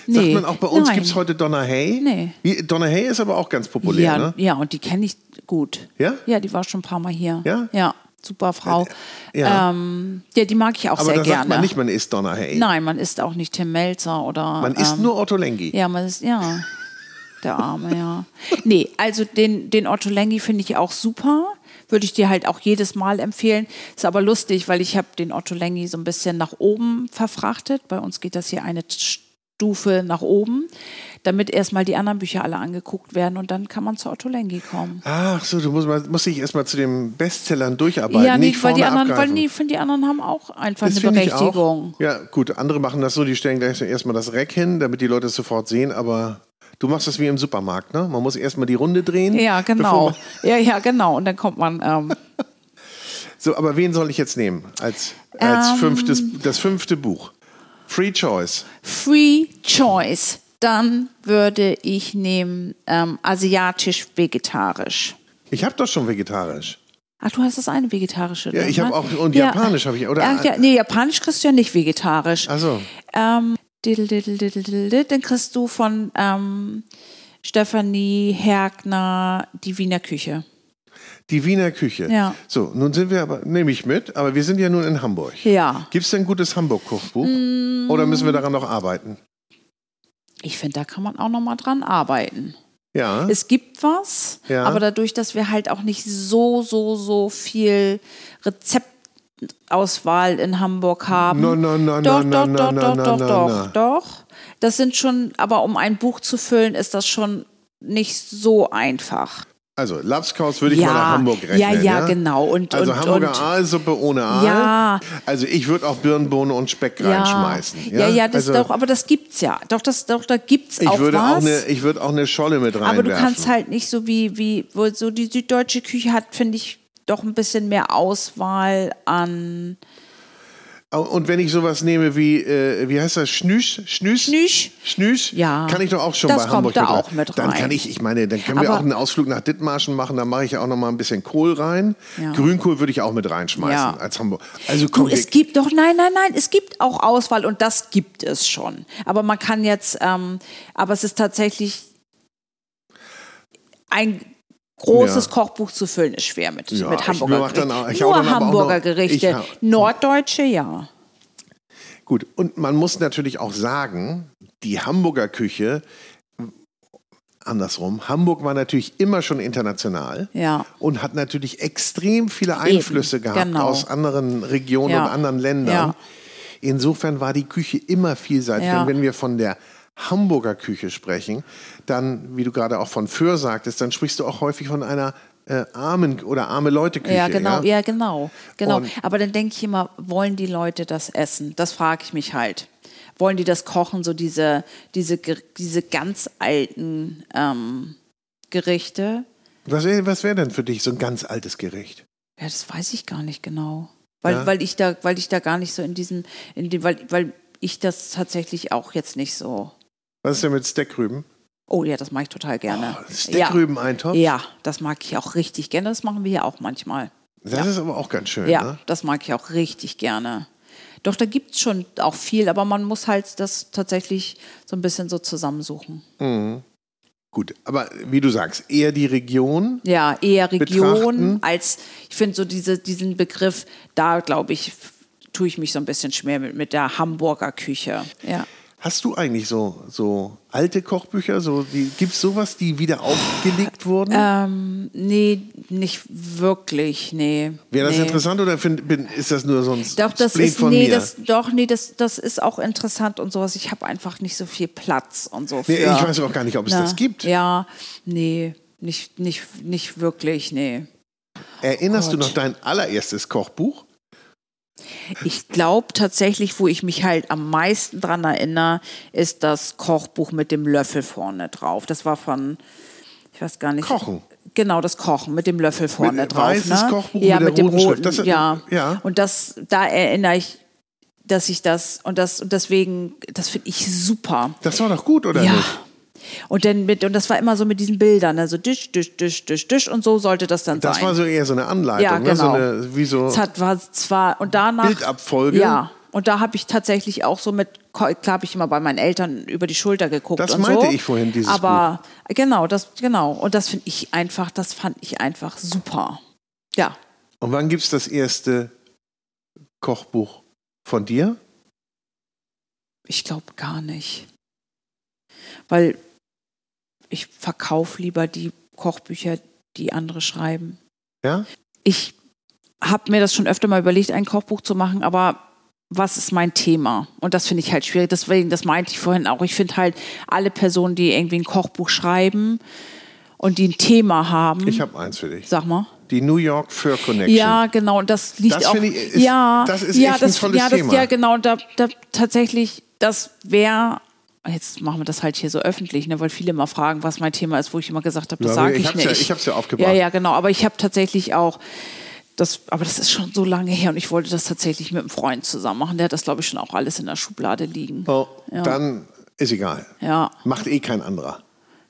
Speaker 2: Nee,
Speaker 1: man auch, bei uns
Speaker 2: nein.
Speaker 1: gibt es heute Donna Hay?
Speaker 2: Nee.
Speaker 1: Wie, Donna Hay ist aber auch ganz populär,
Speaker 2: ja,
Speaker 1: ne?
Speaker 2: ja, und die kenne ich gut.
Speaker 1: Ja?
Speaker 2: Ja, die war schon ein paar Mal hier.
Speaker 1: Ja? Äh,
Speaker 2: Ja, super Frau.
Speaker 1: Ja.
Speaker 2: Ähm, ja, die mag ich auch
Speaker 1: Aber
Speaker 2: sehr
Speaker 1: da
Speaker 2: gerne.
Speaker 1: sagt man nicht, man isst Donna Hay.
Speaker 2: Nein, man isst auch nicht Tim Melzer oder.
Speaker 1: Man isst
Speaker 2: ähm,
Speaker 1: nur Otto Lengi.
Speaker 2: Ja, man ist, ja. Der Arme, ja. Nee, also den, den Otto Lengi finde ich auch super. Würde ich dir halt auch jedes Mal empfehlen. Ist aber lustig, weil ich habe den Otto Lengi so ein bisschen nach oben verfrachtet. Bei uns geht das hier eine Stufe nach oben, damit erstmal die anderen Bücher alle angeguckt werden und dann kann man zu Otto Lengi kommen.
Speaker 1: Ach so, du musst, mal, musst dich erstmal zu den Bestsellern durcharbeiten.
Speaker 2: ja,
Speaker 1: nicht
Speaker 2: nee, weil die
Speaker 1: vorne
Speaker 2: anderen, weil
Speaker 1: abgreifen.
Speaker 2: nee, ich finde die anderen haben auch einfach
Speaker 1: Das
Speaker 2: eine
Speaker 1: finde ich
Speaker 2: Berechtigung.
Speaker 1: auch. Ja, gut, andere machen das so, die stellen gleich so erstmal das Rack hin, damit die Leute es sofort sehen, aber du machst das wie im Supermarkt, ne? Man muss erstmal die Runde drehen.
Speaker 2: Ja,
Speaker 1: bevor
Speaker 2: genau.
Speaker 1: Man,
Speaker 2: Ja, ja, genau. Und dann kommt man. Ähm,
Speaker 1: so, aber wen soll ich jetzt nehmen als, als
Speaker 2: Ähm.
Speaker 1: fünftes, das fünfte Buch? Free Choice.
Speaker 2: Free Choice. Dann würde ich nehmen ähm, asiatisch-vegetarisch.
Speaker 1: Ich habe doch schon vegetarisch.
Speaker 2: Ach, du hast das eine vegetarische.
Speaker 1: Ja,
Speaker 2: ne?
Speaker 1: ich habe auch- und japanisch habe ich, oder?
Speaker 2: Ach, ja, nee, japanisch kriegst du ja nicht vegetarisch.
Speaker 1: Also,
Speaker 2: Ähm, diddle, diddle, diddle, diddle, diddle, dann kriegst du von ähm, Stefanie Hergner die Wiener Küche.
Speaker 1: die Wiener Küche.
Speaker 2: Ja.
Speaker 1: So, nun sind wir aber, nehme ich mit, aber wir sind ja nun in Hamburg.
Speaker 2: Ja,
Speaker 1: Gibt es denn ein gutes Hamburg-Kochbuch?
Speaker 2: Mm.
Speaker 1: Oder müssen wir daran noch arbeiten?
Speaker 2: ich finde, da kann man auch noch mal dran arbeiten.
Speaker 1: Ja.
Speaker 2: Es gibt was,
Speaker 1: Ja.
Speaker 2: aber dadurch, dass wir halt auch nicht so, so, so viel Rezeptauswahl in Hamburg haben.
Speaker 1: No, no, no, no,
Speaker 2: doch,
Speaker 1: no,
Speaker 2: doch,
Speaker 1: no,
Speaker 2: doch,
Speaker 1: no,
Speaker 2: doch,
Speaker 1: no,
Speaker 2: doch,
Speaker 1: no,
Speaker 2: doch,
Speaker 1: no.
Speaker 2: doch. Das sind schon, aber um ein Buch zu füllen, ist das schon nicht so einfach.
Speaker 1: Also, Lapskaus würde ich
Speaker 2: Ja,
Speaker 1: mal nach Hamburg rechnen.
Speaker 2: ja, ja,
Speaker 1: ne?
Speaker 2: genau. Und-
Speaker 1: also,
Speaker 2: und-
Speaker 1: Hamburger
Speaker 2: und-
Speaker 1: Aalsuppe ohne Aal.
Speaker 2: Ja.
Speaker 1: Also, ich würde auch Birnenbohne und Speck reinschmeißen.
Speaker 2: ja, ja, das
Speaker 1: also,
Speaker 2: doch, aber das gibt's ja. Doch, das, doch, da gibt's
Speaker 1: Ich
Speaker 2: auch
Speaker 1: würde
Speaker 2: was.
Speaker 1: auch, eine, ich würde auch eine Scholle mit reinwerfen.
Speaker 2: Aber du kannst halt nicht so wie, wie wo so die süddeutsche Küche hat, finde ich, doch ein bisschen mehr Auswahl an
Speaker 1: Und wenn ich sowas nehme wie, äh, wie heißt das, Schnüsch? Schnüsch?
Speaker 2: Schnüsch.
Speaker 1: Schnüsch?
Speaker 2: Ja.
Speaker 1: Kann ich doch auch schon
Speaker 2: Das
Speaker 1: bei
Speaker 2: kommt
Speaker 1: Hamburg
Speaker 2: da
Speaker 1: mit rein.
Speaker 2: auch mit
Speaker 1: Dann
Speaker 2: rein.
Speaker 1: kann ich, ich meine, dann können wir
Speaker 2: Aber-
Speaker 1: auch einen Ausflug nach Dithmarschen machen, dann mache ich auch noch mal ein bisschen Kohl rein.
Speaker 2: Ja.
Speaker 1: Grünkohl würde ich auch mit reinschmeißen
Speaker 2: Ja.
Speaker 1: als Hamburg. Also,
Speaker 2: Du,
Speaker 1: komm, wir-
Speaker 2: es gibt doch, nein, nein, nein, es gibt auch Auswahl und das gibt es schon. Aber man kann jetzt, ähm, aber es ist tatsächlich ein großes
Speaker 1: Ja.
Speaker 2: Kochbuch zu füllen, ist schwer mit,
Speaker 1: Ja, ich
Speaker 2: mit Hamburger
Speaker 1: mach dann
Speaker 2: Gerichten.
Speaker 1: auch- ich hau
Speaker 2: Nur
Speaker 1: dann aber auch
Speaker 2: Hamburger
Speaker 1: noch-
Speaker 2: Gerichte.
Speaker 1: ich hau-
Speaker 2: Norddeutsche, ja.
Speaker 1: Gut, und man muss natürlich auch sagen, die Hamburger Küche, andersrum, Hamburg war natürlich immer schon international
Speaker 2: Ja.
Speaker 1: und hat natürlich extrem viele Einflüsse gehabt
Speaker 2: genau.
Speaker 1: aus anderen Regionen
Speaker 2: Ja.
Speaker 1: und anderen Ländern.
Speaker 2: Ja.
Speaker 1: Insofern war die Küche immer vielseitig.
Speaker 2: Ja.
Speaker 1: Und wenn wir von der Hamburger Küche sprechen, dann, wie du gerade auch von Föhr sagtest, dann sprichst du auch häufig von einer äh, armen oder arme Leute Küche.
Speaker 2: Ja, genau, ja, genau, genau.
Speaker 1: Und-
Speaker 2: Aber dann denke ich immer, wollen die Leute das essen? Das frage ich mich halt. Wollen die das kochen, so diese, diese, Ge- diese ganz alten ähm, Gerichte?
Speaker 1: Was wäre was wär denn für dich so ein ganz altes Gericht?
Speaker 2: Ja, das weiß ich gar nicht genau. Weil,
Speaker 1: Ja.
Speaker 2: weil ich da, weil ich da gar nicht so in diesem, in dem, weil, weil ich das tatsächlich auch jetzt nicht so.
Speaker 1: Was ist denn mit Steckrüben?
Speaker 2: Oh ja, das mache ich total gerne.
Speaker 1: Oh, Steckrüben-Eintopf?
Speaker 2: ja. ja, das mag ich auch richtig gerne. Das machen wir ja auch manchmal.
Speaker 1: Das ist aber auch ganz schön,
Speaker 2: Ja,
Speaker 1: ne?
Speaker 2: das mag ich auch richtig gerne. Doch, da gibt es schon auch viel, aber man muss halt das tatsächlich so ein bisschen so zusammensuchen.
Speaker 1: Gut, aber wie du sagst, eher die Region.
Speaker 2: Ja, eher Region
Speaker 1: Betrachten.
Speaker 2: als, ich finde so diese, diesen Begriff, da glaube ich, f- tue ich mich so ein bisschen schwer mit, mit der Hamburger Küche. Ja.
Speaker 1: Hast du eigentlich so, so alte Kochbücher? So, Gibt es sowas, die wieder aufgelegt wurden?
Speaker 2: Ähm, nee, nicht wirklich, nee.
Speaker 1: Wäre das
Speaker 2: nee.
Speaker 1: interessant oder find, bin, ist das nur so ein
Speaker 2: Doch, das
Speaker 1: Spleen
Speaker 2: ist,
Speaker 1: von
Speaker 2: nee,
Speaker 1: mir?
Speaker 2: das, doch, nee, das, das ist auch interessant und sowas. Ich habe einfach nicht so viel Platz und so. Für,
Speaker 1: nee, ich weiß auch gar nicht, ob es
Speaker 2: Na,
Speaker 1: das gibt.
Speaker 2: Ja, nee, nicht, nicht, nicht wirklich, nee.
Speaker 1: Erinnerst du
Speaker 2: Oh Gott.
Speaker 1: noch dein allererstes Kochbuch?
Speaker 2: Ich glaube tatsächlich, wo ich mich halt am meisten dran erinnere, ist das Kochbuch mit dem Löffel vorne drauf. Das war von, ich weiß gar nicht.
Speaker 1: Kochen.
Speaker 2: Genau, das Kochen mit dem Löffel vorne
Speaker 1: Mit-
Speaker 2: drauf.
Speaker 1: weißes
Speaker 2: ne?
Speaker 1: Kochbuch
Speaker 2: ja,
Speaker 1: mit der
Speaker 2: mit dem
Speaker 1: roten Schrift.
Speaker 2: roten.
Speaker 1: Das-
Speaker 2: ja.
Speaker 1: ja.
Speaker 2: Und das, da erinnere ich dass ich das und das und deswegen, das finde ich super.
Speaker 1: Das war doch gut, oder
Speaker 2: Ja.
Speaker 1: nicht?
Speaker 2: Und dann mit, und das war immer so mit diesen Bildern, also Tisch, Tisch, Tisch, Tisch, Tisch und so sollte das dann
Speaker 1: Das
Speaker 2: sein.
Speaker 1: war so eher so eine Anleitung,
Speaker 2: ja,
Speaker 1: ne? so
Speaker 2: genau.
Speaker 1: eine, wie so.
Speaker 2: es hat, war zwar, und danach.
Speaker 1: Bildabfolge?
Speaker 2: Ja. Und da habe ich tatsächlich auch so mit, klar habe ich immer bei meinen Eltern über die Schulter geguckt.
Speaker 1: Das
Speaker 2: und
Speaker 1: meinte
Speaker 2: so.
Speaker 1: ich vorhin, dieses
Speaker 2: Aber genau, das, genau. Und das finde ich einfach, das fand ich einfach super. Ja.
Speaker 1: Und wann gibt es das erste Kochbuch von dir?
Speaker 2: Ich glaube gar nicht. Weil ich verkaufe lieber die Kochbücher, die andere schreiben.
Speaker 1: Ja?
Speaker 2: Mhm. Ich habe mir das schon öfter mal überlegt, ein Kochbuch zu machen, aber was ist mein Thema? Und das finde ich halt schwierig. Deswegen, das meinte ich vorhin auch. Ich finde halt alle Personen, die irgendwie ein Kochbuch schreiben und die ein Thema haben.
Speaker 1: Ich habe eins für dich.
Speaker 2: sag mal.
Speaker 1: Die New York Fur Connection.
Speaker 2: Ja, genau. Und das liegt
Speaker 1: Das
Speaker 2: auch.
Speaker 1: finde ich, ist-
Speaker 2: ja,
Speaker 1: das ist
Speaker 2: ja,
Speaker 1: echt ein
Speaker 2: das,
Speaker 1: tolles
Speaker 2: ja, das,
Speaker 1: Thema.
Speaker 2: Ja, genau. Und da, da tatsächlich, das wäre. Jetzt machen wir das halt hier so öffentlich, ne, weil viele immer fragen, was mein Thema ist, wo ich immer gesagt habe, das
Speaker 1: Ja,
Speaker 2: sage
Speaker 1: ich
Speaker 2: ich,
Speaker 1: hab's
Speaker 2: nicht.
Speaker 1: ja- ich hab's ja aufgebracht.
Speaker 2: Ja, ja, genau. Aber ich habe tatsächlich auch. Das, aber das ist schon so lange her und ich wollte das tatsächlich mit einem Freund zusammen machen. Der hat das, glaube ich, schon auch alles in der Schublade liegen.
Speaker 1: Oh, Dann ist egal.
Speaker 2: Ja.
Speaker 1: Macht eh kein anderer.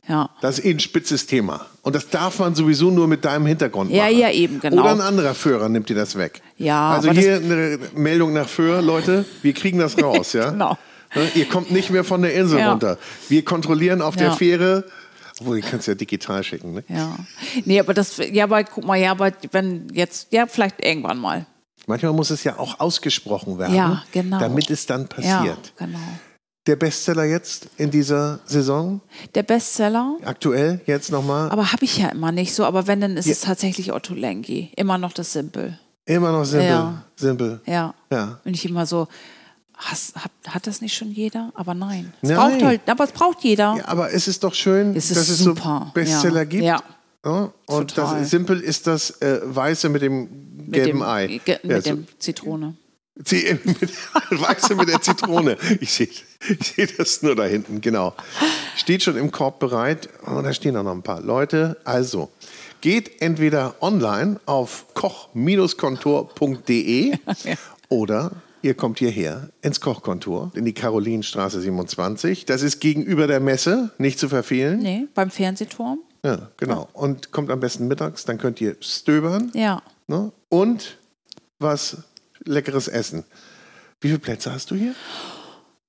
Speaker 2: Ja.
Speaker 1: Das ist eh ein spitzes Thema. Und das darf man sowieso nur mit deinem Hintergrund
Speaker 2: Ja,
Speaker 1: machen.
Speaker 2: ja, eben, genau.
Speaker 1: Oder ein anderer Führer nimmt dir das weg.
Speaker 2: Ja,
Speaker 1: Also
Speaker 2: aber
Speaker 1: hier eine Meldung nach Föhr, Leute, wir kriegen das raus, ja?
Speaker 2: Genau.
Speaker 1: Ne, Ihr kommt nicht mehr von der Insel
Speaker 2: Ja.
Speaker 1: runter. Wir kontrollieren auf der
Speaker 2: Ja.
Speaker 1: Fähre. Obwohl, ihr könnt es ja digital schicken, ne?
Speaker 2: Ja. Nee, aber das, ja, aber guck mal, ja, aber wenn jetzt, ja, vielleicht irgendwann mal.
Speaker 1: Manchmal muss es ja auch ausgesprochen werden, ne?
Speaker 2: Ja, genau.
Speaker 1: damit es dann passiert.
Speaker 2: Ja, genau.
Speaker 1: Der Bestseller jetzt in dieser Saison,
Speaker 2: Der Bestseller.
Speaker 1: aktuell jetzt nochmal,
Speaker 2: Aber habe ich ja immer nicht so. Aber wenn, dann ist es tatsächlich Otto Lengi. Immer noch das Simpel.
Speaker 1: immer noch simpel.
Speaker 2: Ja.
Speaker 1: simpel.
Speaker 2: Ja.
Speaker 1: Ja.
Speaker 2: Wenn ich immer so, has, hab, hat das nicht schon jeder? Aber nein. Es
Speaker 1: Nein.
Speaker 2: braucht halt, aber es braucht jeder.
Speaker 1: Ja, aber es ist doch schön,
Speaker 2: Es ist
Speaker 1: dass es
Speaker 2: super,
Speaker 1: so Bestseller
Speaker 2: ja.
Speaker 1: gibt.
Speaker 2: Ja.
Speaker 1: Ja, und
Speaker 2: Total.
Speaker 1: das simpel ist das äh, Weiße mit dem
Speaker 2: Mit
Speaker 1: gelben
Speaker 2: dem,
Speaker 1: Ei.
Speaker 2: ge-
Speaker 1: Ja,
Speaker 2: mit
Speaker 1: so-
Speaker 2: dem Zitrone.
Speaker 1: Zie- mit, Weiße mit der Zitrone. Ich sehe ich seh das nur da hinten, genau. Steht schon im Korb bereit. Oh, da stehen auch noch ein paar Leute. Also, geht entweder online auf koch-kontor.de oder ihr kommt hierher ins Kochkontor in die Karolinenstraße 27. Das ist gegenüber der Messe, nicht zu verfehlen.
Speaker 2: Nee, beim Fernsehturm.
Speaker 1: Ja, genau. Und kommt am besten mittags, dann könnt ihr stöbern
Speaker 2: Ja.
Speaker 1: ne? und was Leckeres essen. Wie viele Plätze hast du hier?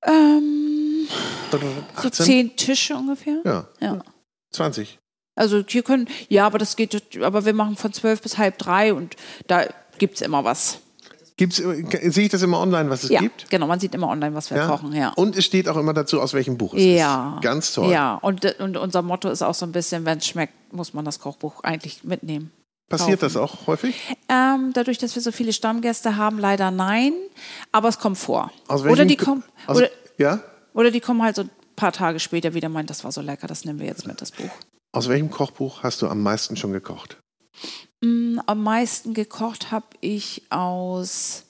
Speaker 2: Ähm, so
Speaker 1: 18?
Speaker 2: zehn Tische ungefähr.
Speaker 1: Ja,
Speaker 2: Ja.
Speaker 1: 20.
Speaker 2: Also hier können, ja, aber das geht, aber wir machen von zwölf bis halb drei und da gibt es immer was.
Speaker 1: Gibt's, äh, sehe ich das immer online, was es
Speaker 2: Ja,
Speaker 1: gibt?
Speaker 2: genau, man sieht immer online, was wir kochen, ja.
Speaker 1: Und es steht auch immer dazu, aus welchem Buch es
Speaker 2: Ja.
Speaker 1: ist. Ganz toll.
Speaker 2: Ja, und, und unser Motto ist auch so ein bisschen, wenn es schmeckt, muss man das Kochbuch eigentlich mitnehmen.
Speaker 1: Passiert das auch häufig?
Speaker 2: Ähm, dadurch, dass wir so viele Stammgäste haben, leider nein, aber es kommt vor.
Speaker 1: Aus
Speaker 2: oder,
Speaker 1: welchem
Speaker 2: die
Speaker 1: K-
Speaker 2: kommen,
Speaker 1: aus,
Speaker 2: oder,
Speaker 1: ja?
Speaker 2: oder die kommen halt so ein paar Tage später wieder und meinen, das war so lecker, das nehmen wir jetzt mit, das Buch.
Speaker 1: Aus welchem Kochbuch hast du am meisten schon gekocht?
Speaker 2: Mm, am meisten gekocht habe ich aus.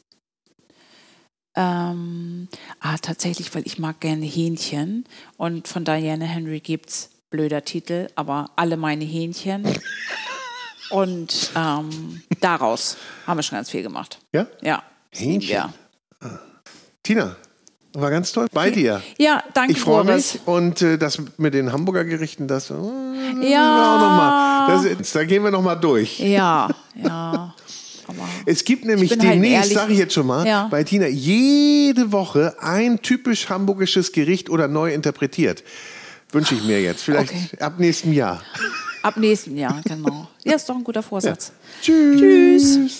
Speaker 2: Ähm, ah, tatsächlich, weil ich mag gerne Hähnchen. Und von Diana Henry gibt's blöder Titel, aber alle meine Hähnchen. Und ähm, daraus haben wir schon ganz viel gemacht.
Speaker 1: Ja?
Speaker 2: Ja.
Speaker 1: Hähnchen. Ah.
Speaker 2: Ja,
Speaker 1: Tina, war ganz toll bei dir.
Speaker 2: ja danke,
Speaker 1: Ich freue
Speaker 2: Boris.
Speaker 1: mich und äh, das mit den Hamburger Gerichten, das, äh,
Speaker 2: Ja.
Speaker 1: auch noch mal. das da gehen wir noch mal durch.
Speaker 2: Ja, ja. Aber
Speaker 1: Es gibt nämlich
Speaker 2: Ich bin halt ein
Speaker 1: demnächst,
Speaker 2: ehrlich-
Speaker 1: sage ich jetzt schon mal,
Speaker 2: Ja.
Speaker 1: bei Tina jede Woche ein typisch hamburgisches Gericht oder neu interpretiert. Wünsche ich mir jetzt. Vielleicht
Speaker 2: Okay.
Speaker 1: ab nächstem Jahr.
Speaker 2: ab nächsten Jahr, genau. Ja, ist doch ein guter Vorsatz.
Speaker 1: Tschüss.
Speaker 2: Tschüss.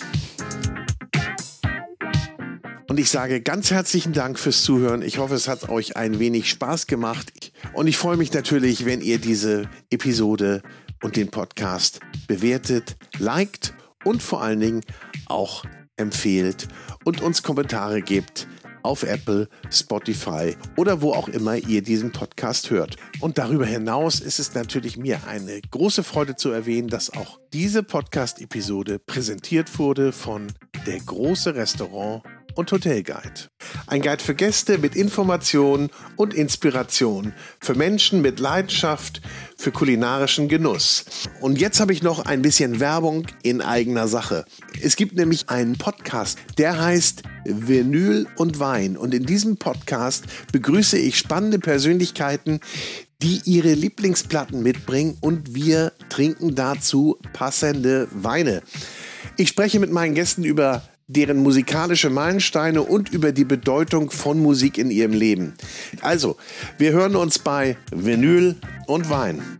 Speaker 1: Und ich sage ganz herzlichen Dank fürs Zuhören. Ich hoffe, es hat euch ein wenig Spaß gemacht. Und ich freue mich natürlich, wenn ihr diese Episode und den Podcast bewertet, liked und vor allen Dingen auch empfehlt und uns Kommentare gebt auf Apple, Spotify oder wo auch immer ihr diesen Podcast hört. Und darüber hinaus ist es natürlich mir eine große Freude zu erwähnen, dass auch diese Podcast-Episode präsentiert wurde von der große Restaurant und Hotelguide. Ein Guide für Gäste mit Informationen und Inspiration, für Menschen mit Leidenschaft, für kulinarischen Genuss. Und jetzt habe ich noch ein bisschen Werbung in eigener Sache. Es gibt nämlich einen Podcast, der heißt Vinyl und Wein. Und in diesem Podcast begrüße ich spannende Persönlichkeiten, die ihre Lieblingsplatten mitbringen und wir trinken dazu passende Weine. Ich spreche mit meinen Gästen über deren musikalische Meilensteine und über die Bedeutung von Musik in ihrem Leben. Also, wir hören uns bei Vinyl und Wein.